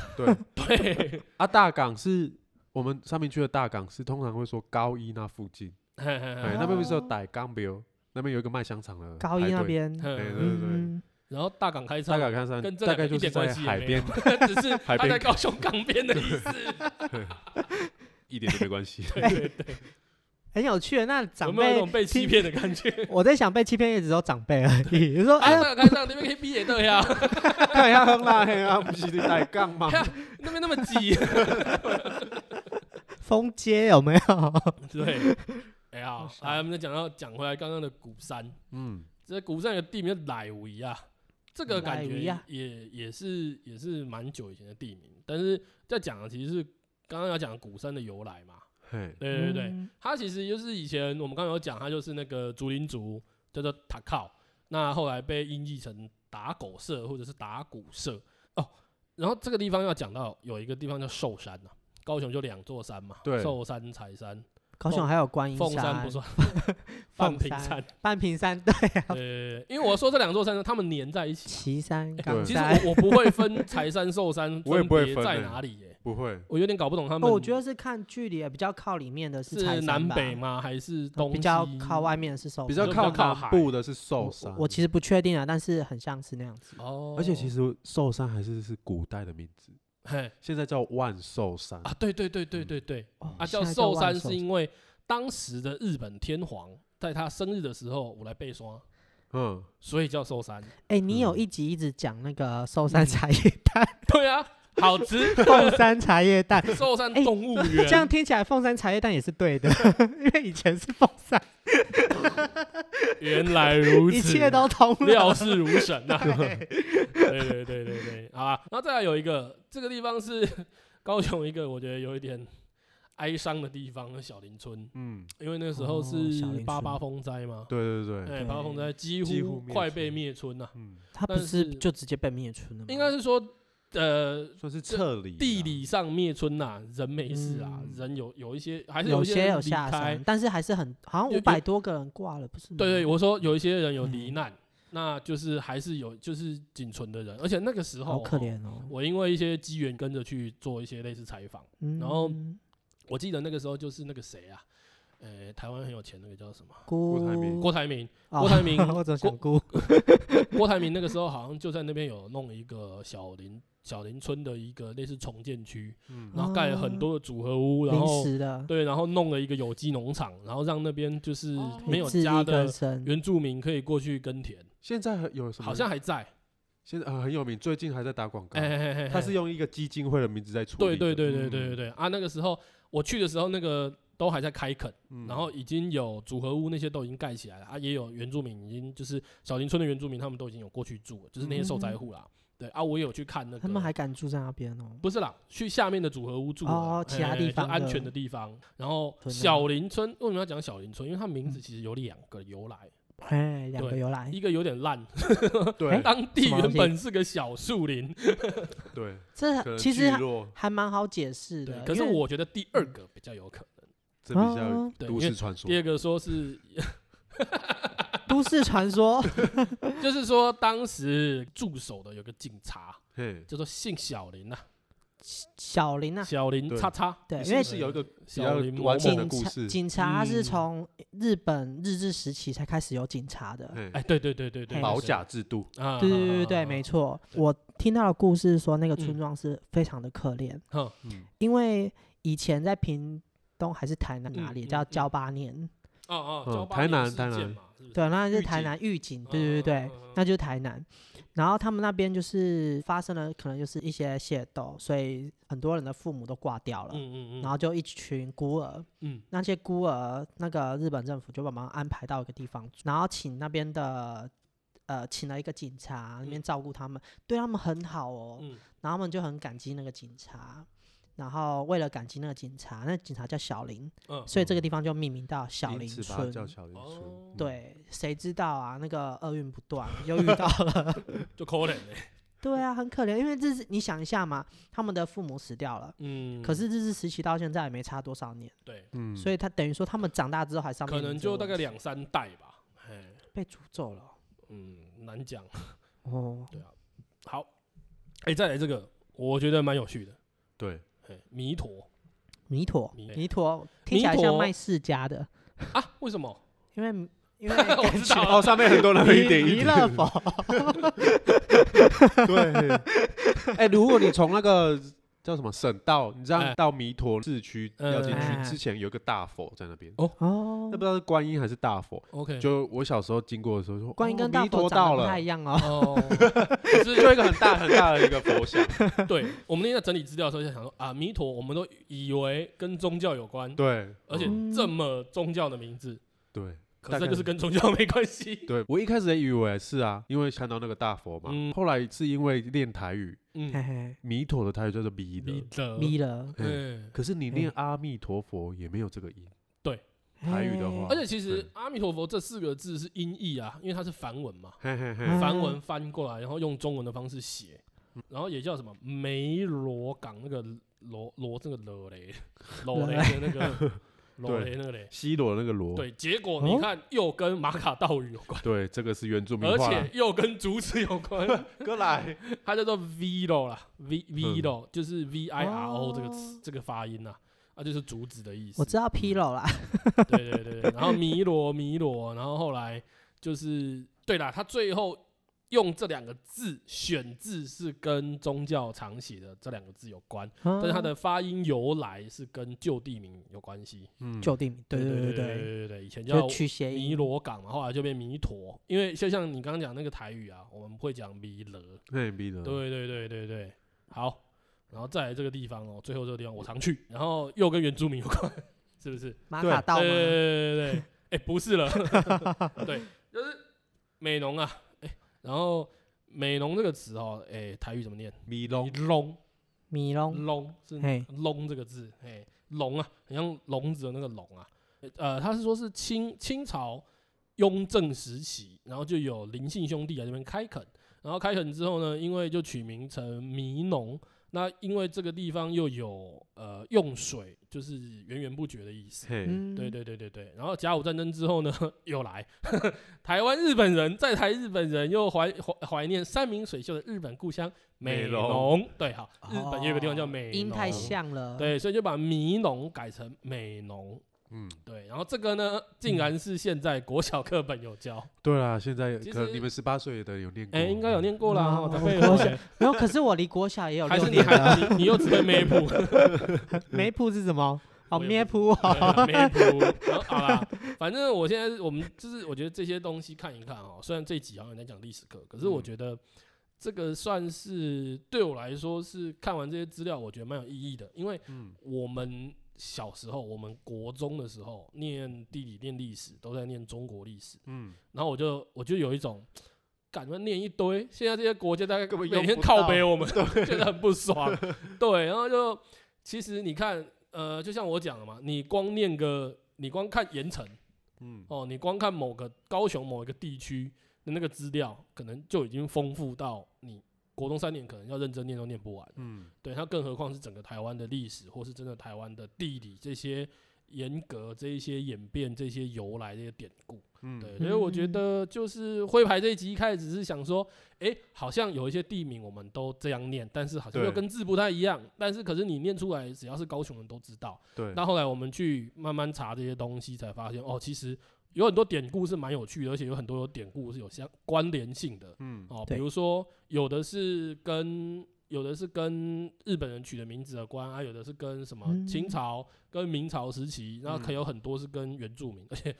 B: [laughs]
C: 对
B: 对，
C: 啊，大港是我们三明区的大港是通常会说高一那附近，
B: 嘿嘿
C: 哎，
B: 嘿
C: 那边不是有
A: 哦
C: 傣港标，那边有一个卖香肠的，
A: 高一那
C: 排队。
A: 边，
B: [laughs] 嗯
C: 对 [laughs] 对对对，
A: 嗯，
B: 然后大港开
C: 大
B: 唱
C: 港看山
B: 跟这
C: 大
B: 两个
C: 概就
B: 一
C: 是
B: 点关
C: 在
B: 系也
C: 海
B: 没有
C: 边，， [laughs]
B: [laughs] 只是
C: 海
B: 他在
C: 边
B: 高雄港边的意思。
C: 一点都没
B: [laughs]
C: 关系。
A: 很有趣。那
B: 有
A: 长
B: 没有那
A: 辈
B: 种被欺
A: 听
B: 骗的
A: [laughs]
B: 感觉？
A: 我在想被欺骗也只有长辈而已。
B: [laughs]
A: 就说 [laughs]
B: 啊，
A: 哎呀，
B: 大港开唱那边可以闭眼对呀，
A: [laughs]
C: 太阳很啦，嘿啊，不是你傣港吗？
B: 那边那么
A: [laughs]
B: 挤，
A: 封街有没有？
B: 对，哎好，来我们再讲到讲回来刚刚的鼓山，
C: 嗯，
B: 这古镇的地名叫乃维啊，这个感
A: 乃
B: 觉
A: 维啊
B: 也也是也是蛮久以前的地名，但是在讲的其实是刚刚要讲古山的由来嘛，
C: 嘿，
B: 对对对，
A: 嗯
B: 它其实就是以前我们刚刚有讲，它就是那个竹林族叫做塔靠，那后来被音译成打狗社或者是打鼓社哦。然后这个地方要讲到有一个地方叫寿山呐、高雄就两座山嘛，
C: 对
B: 寿山、柴山、
A: 高雄
B: 凤
A: 还有观音
B: 凤山不算，半
A: 凤
B: 屏山。
A: 半屏山，
C: [laughs]
A: 对啊，
B: 对，因为我说这两座山呢，它们粘在一起。
A: 旗山、
C: 对
A: 冈
B: 其实
A: 山。
B: 我我不会分柴山、寿山
C: 我也
B: 分
C: 不会
B: 别
C: 分
B: 在
C: 欸
B: 哪里耶，
C: 不会，
B: 我有点搞不懂他们。
A: 哦，我觉得是看距离，比较靠里面的柴
B: 是
A: 山
B: 南
A: 吧
B: 北，吗？还是东西？
A: 比较靠外面的是寿山，
C: 比较
B: 哦就
C: 靠
B: 比较靠
C: 南
B: 海
C: 部的是寿
A: 我
C: 山。
A: 我其实不确定啊，但是很像是那样子。
B: 哦。
C: 而且其实寿山还是是古代的名字，
B: 嘿
C: 现在叫万寿山。
B: 啊，对对对对对对
A: 哦
B: 啊，
A: 现
B: 叫
A: 在
B: 寿
A: 万
B: 山是因为当时的日本天皇在他生日的时候，我来背刷，
C: 嗯，
B: 所以叫寿山。
A: 哎，你有
C: 嗯
A: 一集一直讲那个寿山茶叶蛋， [laughs]
B: 对啊，好吃
A: 凤山茶叶蛋，
B: 寿山
A: 哎
B: 动物园。
A: 这样听起来凤山茶叶蛋也是对的，因为以前是凤山，
B: 原来如此，
A: 一切都通了。
B: 料事如神呐、 [laughs] 对对对对对，好吧。然后再来有一个，这个地方是 [laughs] 高雄一个我觉得有一点哀伤的地方，小林村，
C: 嗯，
B: 因为那时候
A: 哦
B: 是
A: 小林
B: 八
A: 村
B: 八风灾嘛，
C: 对对对，
B: 哎，
A: 对
B: 八八风灾几
C: 几
B: 乎
C: 乎灭
B: 快被
C: 村
B: 灭村呐、
C: 嗯，
A: 他不
B: 但
A: 是
B: 是
A: 就直接被灭村了吗？
B: 应该是说，呃，
C: 算是撤离
B: 地
C: 啦，
B: 理上灭村呐、人没事啊，
A: 嗯
B: 人有有一些还是
A: 有
B: 一些人
A: 有
B: 离
A: 下
B: 开
A: 山，，但嗯是还是很好像
B: 有有
A: 五百多个人挂了，不是吗？
B: 对对，我说有一些人有罹
A: 嗯
B: 难，那就是还是有就是仅存的人，而且那个时候
A: 好可
B: 哦
A: 怜哦。
B: 我因为一些机缘跟着去做一些类似采访，
A: 嗯
B: 然后我记得那个时候就是那个谁啊，呃，台湾很有钱那个叫什么
A: 郭
C: 郭台铭
B: 郭台铭，
A: 哦
B: 郭台铭
A: [laughs] 我总想郭
B: 郭台铭那个时候好像就在那边有弄一个小林小林村的一个类似重建区，
C: 嗯，
B: 然后盖了很多的组合屋，然
A: 临
B: 后
A: 时的，
B: 对，然后弄了一个有机农场，然后让那边就是
C: 哦
A: 可以
B: 没有
A: 自力更
B: 家的
A: 生
B: 原住民可以过去耕田，
C: 现在很有什么？
B: 好像还在，
C: 现在呃很有名，最近还在打广告。
B: 哎哎哎，
C: 他是用一个基金会的名字在出。嗯
B: 对对对对对对对啊！那个时候我去的时候，那个都还在开垦，
C: 嗯
B: 然后已经有组合屋那些都已经盖起来了啊，也有原住民已经就是小林村的原住民，他们都已经有过去住了，就是那些受灾户
C: 嗯
B: 啦。对啊，我也有去看那个，
A: 他们还敢住在那边哦。
B: 不是啦，去下面的组合屋住了
A: 哦其他
B: 哎
A: 地
B: 就
A: 方的
B: 安全的地方。然后
A: 屯啊
B: 小林村为什么要讲小林村？因为它名字其实有两个由来，
A: 哎，两个
B: 对
A: 由来，
B: 一个有点烂，
C: 对
B: 当地
A: 什么东
B: 原
A: 西
B: 本是个小树林，
C: 对，
B: 啊
C: 可
A: 这
C: 能
A: 其实
C: 聚
A: 还
C: 落
A: 还蛮好解释
B: 对
A: 的。。
B: 可是
A: 因为
B: 我觉得第二个比较有可能。
C: 这比较
A: 哦
B: 对
C: 都
B: 因
C: 市
B: 为
C: 传说
B: 第。二个说是，啊
A: 都市传说，
B: 就是说当时驻守的有个警察
C: 嘿，
B: 叫做姓小林呐、
A: 小林啊，
B: 小林
C: 对
B: 叉叉，
A: 对，
C: 是
A: 因
C: 不
A: 为
C: 是有一个
B: 小林某
C: 完整的
B: 某。
A: 警
C: 故
A: 察
C: 事？
A: 警察他是
B: 嗯
A: 从日本日治时期才开始有警察的。
C: 嘿
B: 哎，对对对对对，
A: 嘿
C: 保
B: 对
C: 甲制度，
B: 啊，
A: 对对对对，没
B: 错。
A: 错。
B: 对
A: 我听到的故事说，那个村
B: 嗯
A: 庄是非常的可怜，
B: 哼
C: 嗯，
A: 因为以前在屏东还是台南
B: 嗯
A: 哪里
B: 嗯
A: 叫
B: 嗯
A: 交八年，
B: 哦哦，
C: 嗯
B: 交八
C: 台
B: 年
C: 南
B: 事
C: 台南
B: 件嘛，是不是
A: 对，那
B: 预
A: 是台
B: 警
A: 南预警，对对对
B: 嗯
A: 对
B: 嗯嗯嗯，
A: 那就是台南。然后他们那边就是发生了可能就是一些械斗，所以很多人的父母都挂掉了，
B: 嗯嗯嗯，
A: 然后就一群孤儿，
B: 嗯
A: 那些孤儿那个日本政府就把忙安排到一个地方住，然后请那边的。呃，请了一个警察那边
B: 嗯
A: 照顾他们，对他们很好哦，
B: 嗯
A: 然后他们就很感激那个警察，然后为了感激那个警察，那警察叫小林，
B: 嗯，
A: 所以这个地方就命名到小
C: 因
A: 林
C: 此把它
A: 村。
C: 叫小林村
B: 哦，
C: 嗯，
A: 对，谁知道啊？那个厄运不断，又遇到了。
B: 就可怜嘞。
A: 对啊，很可怜，因为这是你想一下嘛，他们的父母死掉了，
B: 嗯，
A: 可是日治时期到现在也没差多少年，
B: 对，
C: 嗯，
A: 所以他等于说他们长大之后还上面
B: 可
A: 临
B: 能
A: 这个
B: 就大
A: 问
B: 概
A: 题
B: 两三代吧。哎，
A: 被诅咒了。
B: 嗯，难讲。
A: 哦，
B: 好，哎，再来这个，我觉得蛮有趣的。
C: 对，
B: 哎，弥陀
A: 弥陀，
B: 弥
A: 弥陀听起
B: 弥
A: 来像
B: 陀
A: 卖世家的，
B: 啊？为什么？
A: 因为因为
B: [laughs] 我
A: 感
B: 知
A: 觉
B: 道了
C: 哦，上面 [laughs] 很多人一点
A: 弥
C: 一
A: 弥
C: 点，
A: 勒佛
C: [laughs] 对， [laughs] 哎，如果你从那个叫什么省道，你这样到弥陀市区
B: 哎嗯
C: 要进
A: 哎
C: 去之前，有一个大佛在那边，
A: 哦
C: 那不，知道是观音还是大佛。
B: [laughs] OK，
C: 就我小时候经过的时候说，
A: 观音
C: 哦
A: 跟
C: 弥
A: 大
C: 陀
A: 佛
C: 到
A: 长得不
C: 了
A: 太，一样哦。
B: 哦，可是
C: 就一个很大很大的一个佛 [laughs] 像。
B: 对我们那天在整理资料的时候，就想说啊，弥陀，我们都以为跟宗教有关，
C: 对，
B: 而且
A: 嗯
B: 这么宗教的名字，
C: 对
B: 可是
C: 大
B: 它
C: 概
B: 就是跟宗教没关系。
C: 对，我一开始也以为是啊，因为看到那个大佛嘛
B: 嗯。
C: 后来是因为练台语，
B: 嗯
A: 嘿，嘿，
C: 弥陀的台语叫做弥
B: 弥
C: 勒，
B: 勒，
A: 弥勒，
B: 嗯，
C: 可是你念阿弥陀佛也没有这个音。嗯台语的
A: 嘿
C: 话
B: 而且其实“
C: 对
B: 阿弥陀佛”这四个字是音译啊，因为它是梵文嘛，
C: 嘿嘿嘿，
A: 嗯
B: 梵文翻过来，然后用中文的方式写，然后也叫什么梅罗港那个罗罗这个
A: [laughs]
B: 罗雷，罗雷的那个罗雷那个雷。
C: 西罗那个
A: 哦
C: 罗，
B: 对，结果你看又跟玛卡道语有关，
C: 对，这个是原
A: 哦
C: 住民
B: 而
C: 话啦。
B: 且
C: [laughs]
B: 又跟竹子有
A: [laughs]
B: 关，
C: 哥来，
B: 它叫做 viro 啦，v viro 就是 v i r o 这个
A: 嗯
B: 词
A: 哦
B: 这个发音呐，啊就是竹子的意思
A: 我。知道披露啦，
B: 对对对对，然后弥罗弥罗，然后后来就是对啦，他最后用这两个字选字是跟宗教常写的这两个字有关，
A: 但
B: 嗯但是它的发音由来是跟旧地名有关系。
C: 嗯，
A: 就地名，对
B: 对
A: 对
B: 对
A: 对，
B: 对对，以前
A: 就
B: 叫
A: 是取谐
B: 嗯弥
A: 音。
B: 罗港嘛，后来就变弥陀，因为就像你刚刚讲那个台语啊，我们会讲弥勒。
C: 那逼
A: 嗯
C: 的，
B: 对对对对对，好，然后再来这个地方哦，最后这个地方我常去，然后又跟原住民有关， [laughs] 是不是？
A: 马
C: 对
A: 卡道吗
B: 对？对对对对， [laughs] 哎、不是了，对，就是美浓啊，哎、然后美浓这个词哦，哎、台语怎么念？
C: 米龙，
B: 龙
A: 米龙，
B: 龙是
A: 嘿
B: 龙这个字，哎、龙啊，很像笼子的那个龙啊，呃，他是说是清清朝雍正时期，然后就有林姓兄弟来这边开垦，然后开垦之后呢，因为就取名成弥农。那因为这个地方又有呃用水，就是源源不绝的意思，
C: 嘿，
A: 嗯，
B: 对，对对对对，然后甲午战争之后呢，又来 [laughs] 台湾日本人在台日本人又怀怀怀念山明水秀的日本故乡美
C: 美浓
B: 浓，对，好，日本有一个地方叫
A: 哦
B: 美浓，
A: 音太像了，，
B: 对，所以就把迷浓改成美浓，
C: 嗯，
B: 对，然后这个呢，竟然是现在国小课本有教，
C: 对啦，现在
B: 其
C: 可
B: 实
C: 能你们十八岁的有念过，
B: 哎、应该有念过啦，
A: 哦
B: 哦台北
A: 国
B: 有
A: 小
B: 写
A: 没有，可是我离国小也有
B: 还
A: 六
B: 是你
A: 年啊了。
B: 还你你又只会 map，
A: 梅普是什么？哦，
B: 我也不
A: 咩普哦，
B: map，然后好啦，反正我现在是我们就是我觉得这些东西看一看哦，虽然这一集好像在讲历史课，可是我
C: 嗯
B: 觉得。这个算是对我来说是看完这些资料，我觉得蛮有意义的，因为
C: 嗯，
B: 我们小时候，我们国中的时候念地理、念历史，都在念中国历史，
C: 嗯，
B: 然后我就我就有一种。感觉念一堆，现在这些国家大概
C: 根本
B: 每
C: 用
B: 天
C: 不
B: 靠
C: 到
B: 北我们， [laughs] 觉得很不爽。对，然后就其实你看，呃，就像我讲的嘛，你光念个，你光看盐城，
C: 嗯，
B: 哦，你光看某个高雄某一个地区的那个资料，可能就已经丰富到你国中三年可能要认真念都念不完。
C: 嗯，
B: 对，那更何况是整个台湾的历史，或是真的台湾的地理这些严格、这一些演变、这些由来、这些典故。
C: 嗯，
B: 对，所以我觉
A: 嗯
B: 得就是徽牌这一集一开始只是想说，哎、好像有一些地名我们都这样念，但是好像又
C: 对
B: 跟字不太一样。但是可是你念出来，只要是高雄人都知道。
C: 对，
B: 那后来我们去慢慢查这些东西，才发现哦，其实有很多典故是蛮有趣的，而且有很多有典故是有相关联性的
C: 嗯，
B: 哦。比
A: 对
B: 如说，有的是跟有的是跟日本人取的名字有关啊，有的是跟什么
A: 嗯
B: 清朝、跟明朝时期，那可
C: 嗯
B: 有很多是跟原住民，而 [laughs] 且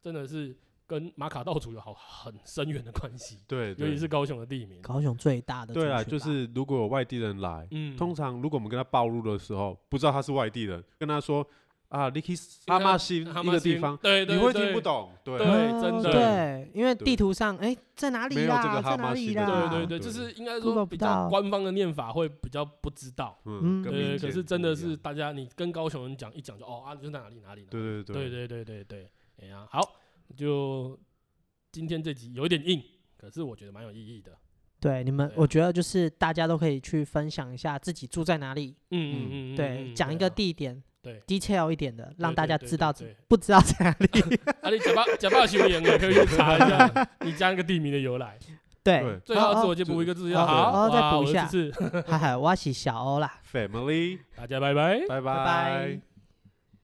B: 真的是跟马卡道族有好很深远的关系，
C: 对，
B: 尤
C: 对
B: 其是高雄的地名。
A: 高雄最大的
C: 对
A: 啊，
C: 啊，就是如果有外地人来，
B: 嗯，
C: 通常如果我们跟他暴露的时候，不知道他是外地人，跟他说啊，你去
B: 因为
C: 阿
B: 他
C: 妈西
B: 他
C: 一
B: 们
C: 个
B: 是
C: 地方，
B: 对对
C: 你会
B: 对
C: 听不懂，对
B: 对
A: 哦
B: 真的
A: 对，因为
C: 对
A: 地图上哎在哪里
C: 没有这个
A: 啦，
C: 哈
A: 在哪
C: 马
A: 里
C: 西的
A: 啦，
C: 啊
B: 对对对，就是应该说
A: Google
B: 比
A: 不
B: 较
A: 到
B: 官方的念法会比较不知道。
A: 嗯
C: 嗯，跟
B: 对，
C: 民
B: 可
C: 间
B: 是真的
C: 不一样
B: 是大家，你跟高雄人讲一讲就哦啊，就是哪里哪里哪里。
C: 对对
B: 对
C: 对
B: 对对对对，哎呀，好，就今天这集有一点硬，可是我觉得蛮有意义的。
A: 对，你们
B: 对啊
A: 我觉得就是大家都可以去分享一下自己住在哪里，
B: 嗯嗯嗯，
A: 对，讲一个
B: 地，
A: 地点
B: 对
A: ，detail 一点的，让大
B: 对
A: 家
B: 对
A: 知
B: 对
A: 道
B: 对
A: 不知道在哪里。
B: 啊，你假爸假爸修言也可以去查一下，你加一个地名的由来。
A: 对
B: [laughs]
C: 对，
B: 最后自我
A: 哦
B: 介补一个字
A: 哦
B: 要好，
A: 哦再
B: 哇
A: 补一
B: 我
A: [laughs]
B: 是
A: 下
B: 志志
A: 哦嗨嗨，我是小欧啦。
C: ，family，
B: 大家拜拜。
A: 拜
C: 拜
A: 拜